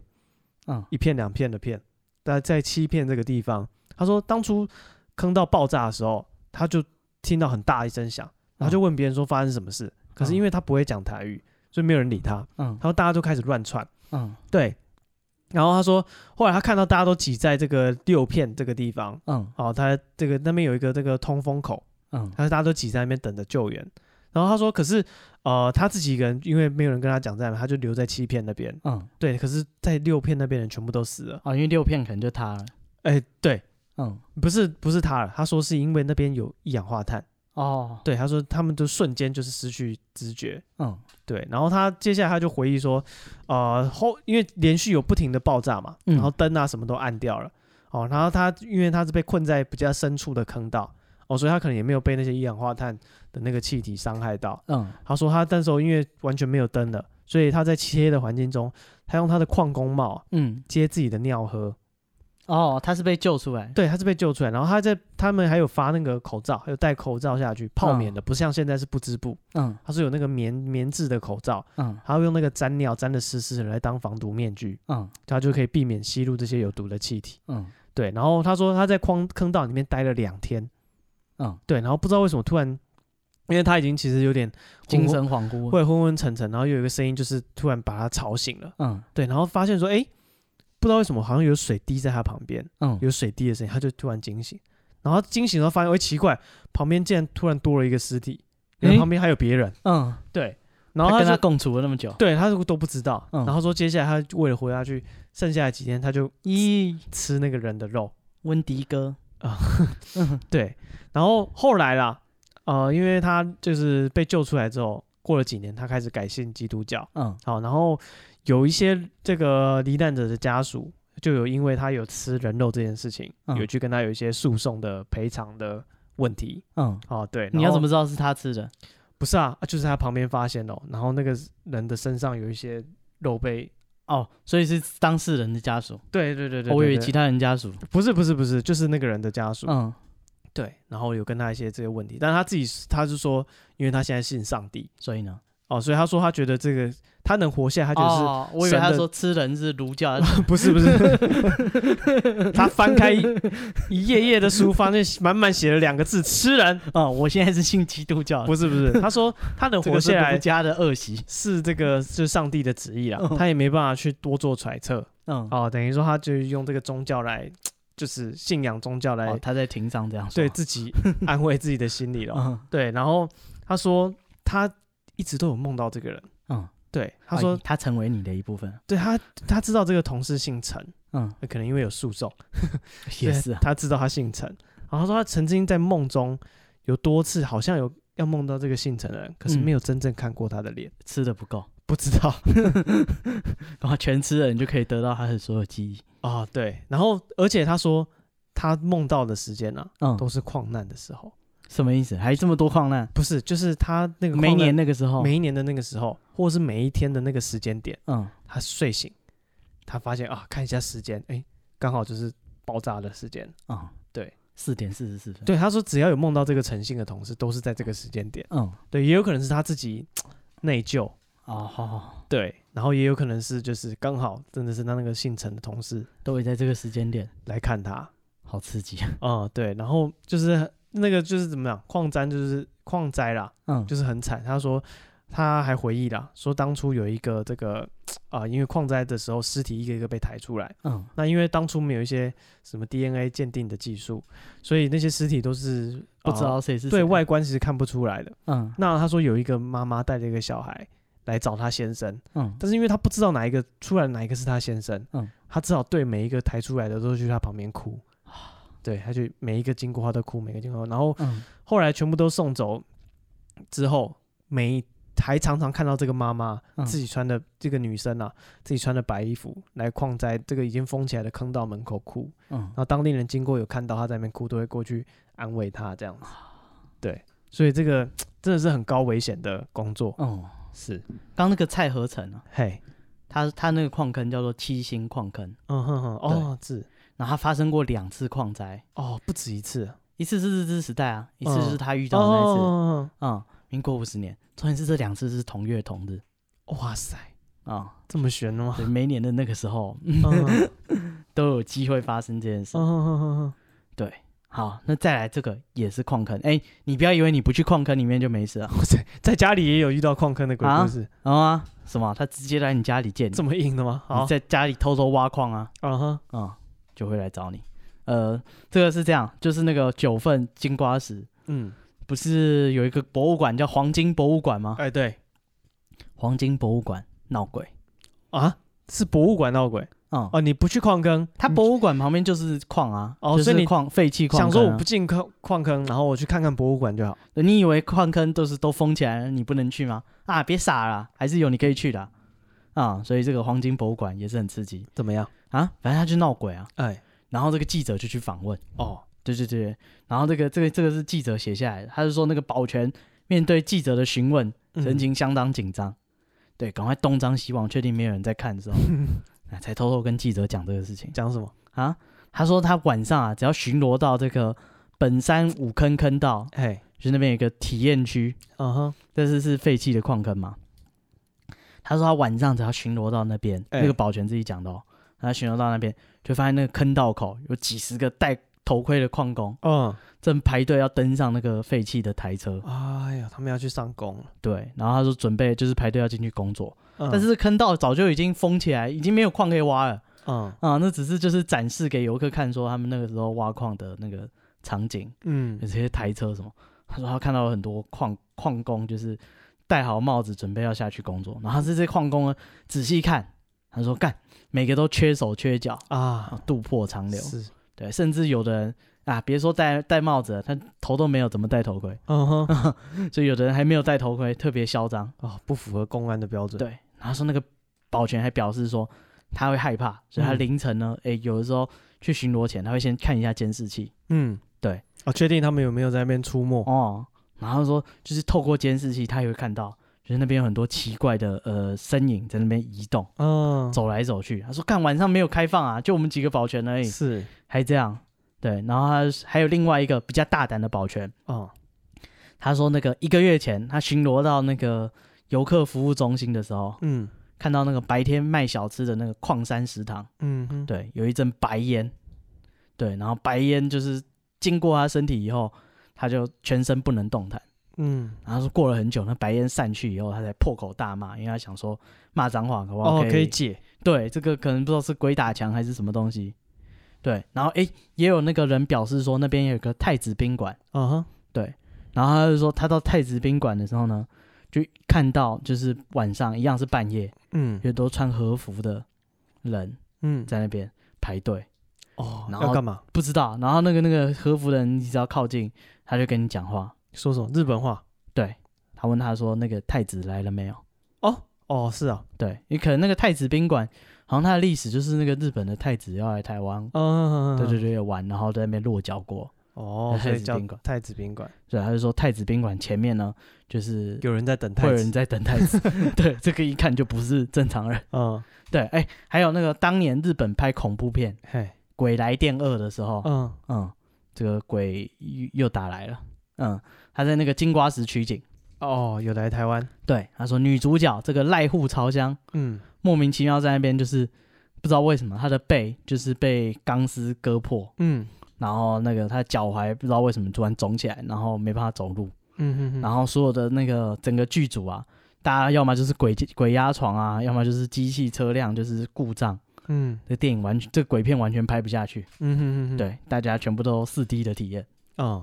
嗯一片两片的片，他在欺骗这个地方，他说当初坑道爆炸的时候，他就听到很大一声嗯响，然后就问别人说发生什么事，可是因为他不会讲台语，所以没有人理他，嗯然后大家就开始乱窜，嗯对，然后他说后来他看到大家都挤在这个六片这个地方。嗯哦，他这个那边有一个这个通风口，嗯他说大家都挤在那边等着救援。然后他说，可是呃他自己一个人，因为没有人跟他讲在嘛，他就留在七片那边。嗯对，可是，在六片那边人全部都死了。哦，因为六片可能就他了，哎，对，嗯不是不是他了，他说是因为那边有一氧化碳。哦，对，他说他们就瞬间就是失去知觉。嗯对，然后他接下来他就回忆说，呃，后因为连续有不停的爆炸嘛，嗯然后灯啊什么都暗掉了，哦，然后他因为他是被困在比较深处的坑道，哦，所以他可能也没有被那些一氧化碳的那个气体伤害到。嗯他说他那时候因为完全没有灯了，所以他在漆黑的环境中，他用他的矿工帽嗯接自己的尿喝。哦，他是被救出来，对，他是被救出来，然后他在他们还有发那个口罩，还有戴口罩下去泡嗯棉的，不像现在是不织布，嗯他是有那个棉棉质的口罩。嗯还要用那个沾尿沾的湿湿的来当防毒面具，嗯它就可以避免吸入这些有毒的气体。嗯对，然后他说他在矿坑道里面待了两天，嗯，对，然后不知道为什么突然，因为他已经其实有点精神恍惚，会昏昏沉沉，然后又有一个声音就是突然把他吵醒了，嗯对，然后发现说，哎，不知道为什么好像有水滴在他旁边，嗯有水滴的声音，他就突然惊醒，然后惊醒后发现，哎，奇怪，旁边竟然突然多了一个尸体，因为诶旁边还有别人，嗯对，然他后跟就他共处了那么久，对他都不知道，嗯然后说接下来他为了活下去，剩下的几天他就咦，吃那个人的肉，温迪哥，对，然后后来啦，呃，因为他就是被救出来之后，过了几年，他开始改信基督教，嗯好，然后有一些这个罹难者的家属就有因为他有吃人肉这件事情，嗯有去跟他有一些诉讼的赔偿的问题，嗯哦，对，你要然后怎么知道是他吃的？不是啊，就是他旁边发现哦，然后那个人的身上有一些肉被，哦，所以是当事人的家属，对对对对哦我以对为对其他人家属，不是不是不是，就是那个人的家属，嗯对，然后有跟他一些这些问题，但他自己他是说，因为他现在信上帝，所以呢，哦，所以他说他觉得这个他能活下来，他觉得哦，我以为神他的说吃人是儒教，是、不是不是？ 他翻开一一页页的书，发现满满写了两个字“吃人 哦，我现在是信基督”，教的，不 是不是？他说他能这活个是下儒来家的恶习。是这个是上帝的旨意啦，嗯他也没办法去多做揣测嗯，哦，等于说他就用这个宗教来，就是信仰宗教来哦，他在庭上这样说对，自己安慰自己的心理了。嗯对，然后他说他一直都有梦到这个人，嗯，对，他说、啊他成为你的一部分，对他他知道这个同事姓陈，嗯，可能因为有诉讼，对也是啊，他知道他姓陈，然后他说他曾经在梦中有多次好像有要梦到这个姓陈的人，可是嗯没有真正看过他的脸，吃的不够，不知道 然后全吃了，你就可以得到他的所有记忆。啊、对，然后而且他说他梦到的时间呢、啊，嗯，都是矿难的时候，什么意思？还这么多矿难？不是，就是他那个每矿难年哦那个时候，每一年的那个时候，或者是每一天的那个时间点。嗯他睡醒，他发现啊，看一下时间，哎、刚好就是爆炸的时间。嗯，对，四点四十四分。对，他说只要有梦到这个诚信的同事，都是在这个时间点。嗯，对，也有可能是他自己内疚，哦，好好好，对，然后也有可能是就是刚好真的是他那个姓陈的同事都会在这个时间点，来看 他，好刺激啊。嗯，对，然后就是那个就是怎么样，矿灾就是矿灾啦，嗯，就是很惨。他说他还回忆啦，说当初有一个这个啊、因为矿灾的时候尸体一个一个被抬出来。嗯那因为当初没有一些什么 DNA 鉴定的技术，所以那些尸体都是不呃知、道谁是谁对外观其实看不出来的。嗯那他说有一个妈妈带着一个小孩来找他先生，嗯但是因为他不知道哪一个出来哪一个是他先生，嗯他只好对每一个抬出来的都去他旁边哭，啊对，他就每一个经过他都哭，每个经过，然后嗯，后来全部都送走之后，每还常常看到这个妈妈嗯自己穿的、这个女生啊，自己穿的白衣服来矿灾这个已经封起来的坑道门口哭，嗯然，后当地人经过有看到她在那边哭，都会过去安慰她这样子。啊对，所以这个真的是很高危险的工作。哦，是，刚那个蔡和成啊，嘿，他他那个矿坑叫做七星矿坑，嗯哼哼，哦，是，然后他发生过两次矿灾，哦，不止一次，一次是日治时代啊，一次嗯是他遇到的那一次，哦，嗯，民国五十年，重点是这两次是同月同日哇塞，啊、这么悬的吗？ 对，每年的那个时候、嗯嗯哼 哼都有机会发生这件事。嗯哼哼哼，对，好，那再来这个也是矿坑，哎，你不要以为你不去矿坑里面就没事了，哇塞，在家里也有遇到矿坑的鬼故啊事，然后啊，什么，他直接来你家里见你，这么硬的吗？好你，在家里偷偷挖矿啊，嗯哼，啊、就会来找你。呃，这个是这样，就是那个九份金瓜石，嗯，不是有一个博物馆叫黄金博物馆吗？哎，对黄金博物馆闹鬼啊，是博物馆闹鬼啊、哦，你不去矿坑，它你博物馆旁边就是矿啊，哦就是所以你矿废弃矿、啊。想说我不进矿矿坑，然后我去看看博物馆就好。不，你以为矿坑都是都封起来了，你不能去吗？啊，别傻了，还是有你可以去的啊、啊所以这个黄金博物馆也是很刺激怎么样？啊，反正他就闹鬼啊，哎，然后这个记者就去访问。哦，对对对，然后这个这个这个是记者写下来的，他是说那个保全面对记者的询问，嗯神情相当紧张，对，赶快东张西望，确定没有人在看的 时候，哎才偷偷跟记者讲这个事情讲什么？啊。他说他晚上啊，只要巡逻到这个本山五坑坑道，哎，就是那边有一个体验区，嗯哼，但是是废弃的矿坑嘛。他说他晚上只要巡逻到那边，哎那个保全自己讲的哦，他巡逻到那边就发现那个坑道口有几十个戴头盔的矿工。嗯，正排队要登上那个废弃的台车，哎呀，他们要去上工了。对，然后他说准备就是排队要进去工作，嗯但，是坑道早就已经封起来，已经没有矿可以挖了嗯啊、那只是就是展示给游客看，说他们那个时候挖矿的那个场景，有嗯这些台车什么。他说他看到有很多矿矿工就是戴好帽子准备要下去工作，然后这些矿工呢仔细看，他说干每个都缺手缺脚啊，啊，渡破长流，是，对，甚至有的人啊，别说戴戴帽子了，他头都没有，怎么戴头盔？嗯哼， 所以有的人还没有戴头盔，特别嚣张。哦，不符合公安的标准。对，然后说那个保全还表示说他会害怕，所以他嗯凌晨呢，诶，有的时候去巡逻前，他会先看一下监视器嗯，对，哦，确定他们有没有在那边出没？哦，然后说就是透过监视器，他也会看到，就是那边有很多奇怪的呃身影在那边移动，嗯，哦走来走去。他说看晚上没有开放啊，就我们几个保全而已，哎是，还这样。对，然后他还有另外一个比较大胆的保全，哦，他说那个一个月前他巡逻到那个游客服务中心的时候，嗯看到那个白天卖小吃的那个矿山食堂，嗯哼，对，有一阵白烟，对，然后白烟就是经过他身体以后，他就全身不能动弹。嗯，然后说过了很久，那白烟散去以后，他才破口大骂，因为他想说骂脏话，可不好哦，可以？可以解，对，这个可能不知道是鬼打墙还是什么东西。对，然后诶，也有那个人表示说那边有个太子宾馆，嗯哼，然后他就说他到太子宾馆的时候呢，就看到就是晚上一样是半夜，嗯有都穿和服的人嗯，在那边排队，哦，然要后干嘛？不知道。然后那个那个和服的人，你只要靠近，他就跟你讲话。说什么日本话？对他问他说那个太子来了没有？哦哦，是啊，对，你可能那个太子宾馆，好像它的历史就是那个日本的太子要来台湾，嗯，对对对，玩，然后在那边落脚过。哦，所太以子叫宾馆太子宾馆，对，他就说太子宾馆前面呢，就是有人在等会太有子人，在等太子。 对，这个一看就不是正常人。嗯，对，哎、还有那个当年日本拍恐怖片《嘿，鬼来电二》的时候，嗯嗯，这个鬼又又打来了。嗯，他在那个金瓜石取景。哦，有来台湾，对，他说女主角这个濑户朝香嗯莫名其妙在那边就是不知道为什么她的背就是被钢丝割破，嗯然后那个她脚踝不知道为什么突然肿起来，然后没办法走路，嗯哼哼，然后所有的那个整个剧组啊，大家要么就是鬼鬼压床啊，要么就是机器车辆就是故障，嗯这电影完全这鬼片完全拍不下去，嗯哼哼哼，，对，大家全部都四 D 的体验。嗯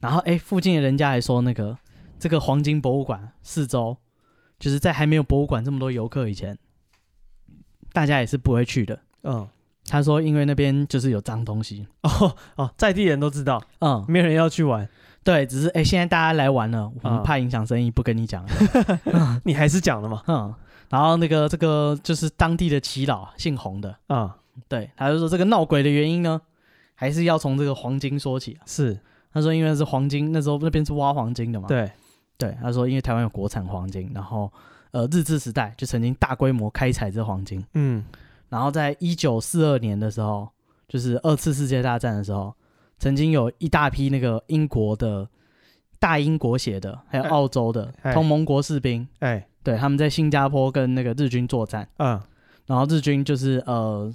然后哎，附近的人家还说那个这个黄金博物馆四周，就是在还没有博物馆这么多游客以前，大家也是不会去的。嗯，他说因为那边就是有脏东西。哦哦，在地人都知道，嗯，没人要去玩，对，只是哎、现在大家来玩了，我啊们怕影响生意，不跟你讲了。你还是讲了嘛，嗯，然后那个这个就是当地的耆老，姓洪的，啊，对，他就说这个闹鬼的原因呢，还是要从这个黄金说起啊。是他说因为是黄金，那时候那边是挖黄金的嘛。对，对，他说因为台湾有国产黄金，然后呃日治时代就曾经大规模开采这黄金，嗯然后在一九四二年的时候，就是二次世界大战的时候，曾经有一大批那个英国的大英国血的，还有哎澳洲的哎同盟国士兵，哎对，他们在新加坡跟那个日军作战，嗯，然后日军就是呃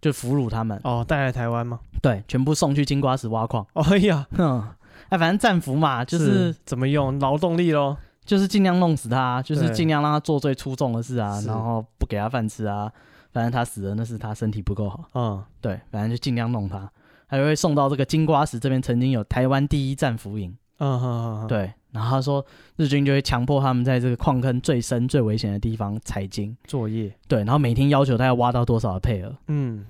就俘虏他们，哦，带来台湾吗？对，全部送去金瓜石挖矿， 哦 哎呀，哼，哎，反正战俘嘛，就是怎么用劳动力喽？就是尽量弄死他，啊就是对尽量让他做最出众的事啊，是然后不给他饭吃啊。反正他死了，那是他身体不够好。嗯，对，反正就尽量弄他，还会送到这个金瓜石这边，曾经有台湾第一战俘营。嗯哼哼哼，，对，然后他说日军就会强迫他们在这个矿坑最深、最危险的地方采金。作业，对，然后每天要求他要挖到多少的配额，嗯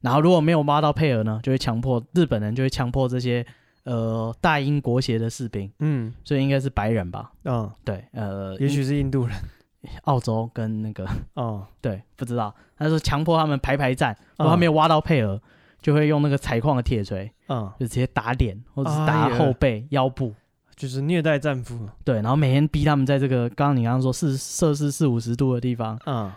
然后如果没有挖到配额呢，就会强迫日本人就会强迫这些呃大英国协的士兵，嗯所以应该是白人吧？嗯，对，呃，也许是印度人，澳洲跟那个哦对，不知道。他说强迫他们排排站，嗯如果他没有挖到配额，就会用那个采矿的铁锤，嗯，就直接打脸或者是哎打呀后背、腰部。就是虐待战俘，对，然后每天逼他们在这个刚刚你刚刚说四摄氏四五十度的地方嗯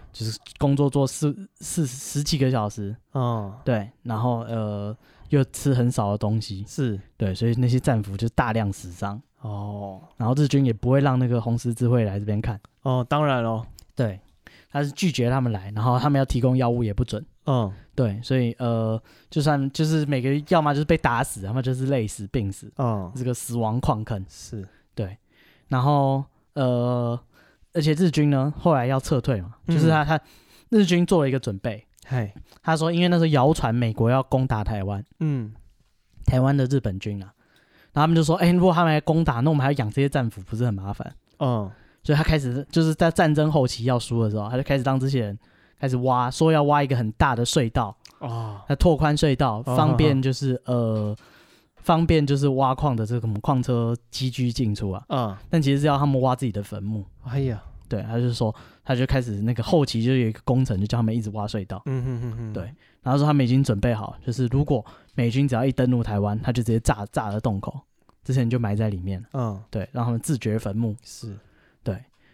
工作做四四十几个小时，嗯，对，然后呃又吃很少的东西，是，对，所以那些战俘就大量死伤，哦然后日军也不会让那个红十字会来这边看，哦，当然喽，对，他是拒绝他们来，然后他们要提供药物也不准。嗯对，所以呃，就算就是每个要么就是被打死，要么就是累死、病死，嗯，这个死亡矿坑。是，然后呃，而且日军呢后来要撤退嘛，就是他、他日军做了一个准备，嘿，他说因为那时候谣传美国要攻打台湾，嗯台湾的日本军啊，然后他们就说，哎、如果他们来攻打，那我们还要养这些战俘，不是很麻烦？嗯所以他开始就是在战争后期要输的时候，他就开始让这些人开始挖，说要挖一个很大的隧道。哦，它拓宽隧道，哦方便就是、呃，方便就是挖矿的这个矿车机具进出啊。嗯，但其实是要他们挖自己的坟墓。哎呀，对，他就说，他就开始那个后期就有一个工程，就叫他们一直挖隧道。嗯哼哼哼，对，然后说他们已经准备好，就是如果美军只要一登陆台湾，他就直接炸炸了洞口，这些人就埋在里面了。嗯对，让他们自掘坟墓。是，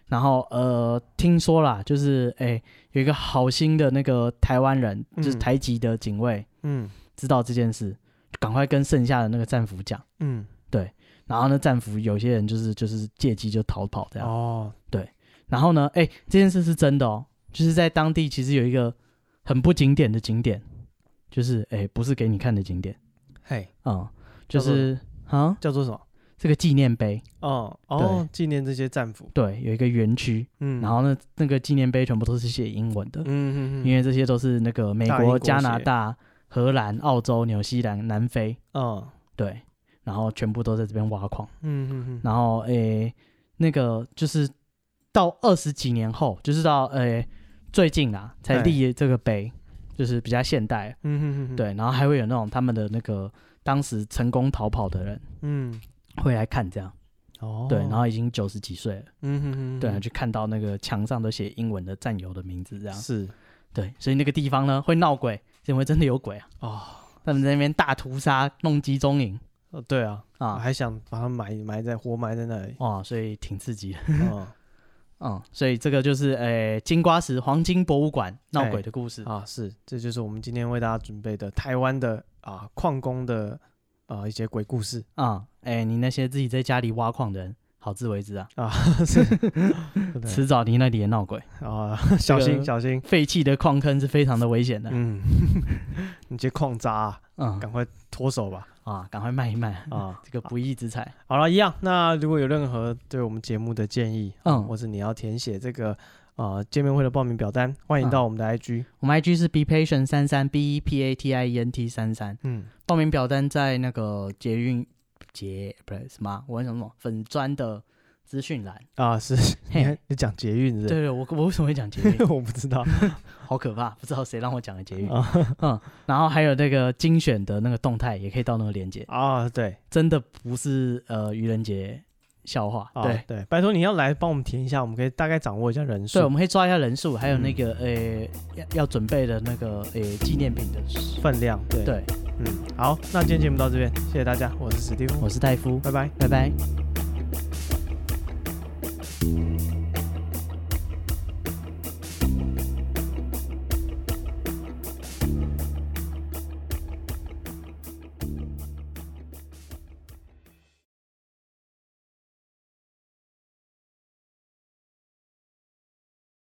然后呃，听说啦，就是哎、有一个好心的那个台湾人，就是嗯台籍的警卫，嗯知道这件事，就赶快跟剩下的那个战俘讲。嗯然后呢，战俘有些人就是就是借机就逃跑这样。哦，然后呢，哎、这件事是真的哦，就是在当地其实有一个很不景点的景点，就是哎、不是给你看的景点嘿，啊、嗯就是啊，叫做什么？这个纪念碑，哦哦，纪念这些战俘。对，有一个园区，嗯，然后呢，那个纪念碑全部都是写英文的，嗯嗯嗯，因为这些都是那个美大英国、国加拿血大、荷兰、澳洲、纽西兰、南非，嗯对，然后全部都在这边挖矿。嗯嗯嗯，然后诶、那个就是到二十几年后，就是到诶、最近啊，才哎立这个碑，就是比较现代。嗯嗯嗯，，对，然后还会有那种他们的那个当时成功逃跑的人嗯会来看这样。哦，对，然后已经九十几岁了，嗯嗯嗯，对，就看到那个墙上都写英文的战友的名字这样。是对，所以那个地方呢会闹鬼，是因为真的有鬼啊，哦，他们在那边大屠杀、弄集中营呃对啊，我啊，。还想把它埋埋在活埋在那里 哇，所以挺刺激的。嗯嗯，所以这个就是诶金瓜石黄金博物馆闹鬼的故事。啊，是，这就是我们今天为大家准备的台湾的啊矿工的啊一些鬼故事 啊，哎、你那些自己在家里挖矿的人，好自为之啊，啊， 是，对迟早你那里也闹鬼。啊，小这个心小心，废弃的矿坑是非常的危险的。嗯， 你这矿渣啊，嗯赶快脱手吧啊，赶快卖一卖 啊！这个不义之财。好了，一样。那如果有任何对我们节目的建议，嗯或是你要填写这个呃见面会的报名表单，欢啊迎到我们的 IG，我们 IG 是 be patient 三三 b e p a t i e n t 三三，嗯，报名表单在那个捷运捷不是什么啊，我在想什么粉砖的资讯栏。啊是，嘿你还你讲捷运是不对是？对，我我为什么会讲捷运？ 我不知道好可怕，不知道谁让我讲的捷运。啊嗯，然后还有那个精选的那个动态，也可以到那个链接。啊，对真的不是呃愚人节笑话，啊对对，拜托你要来帮我们填一下，我们可以大概掌握一下人对，我数们可以抓一下人数，还有那个呃、嗯要要准备的那个呃纪念品的，分量，对，对，嗯，好，那今天节目到这边，谢谢大家，我是史蒂夫，我是戴夫，拜拜。拜拜。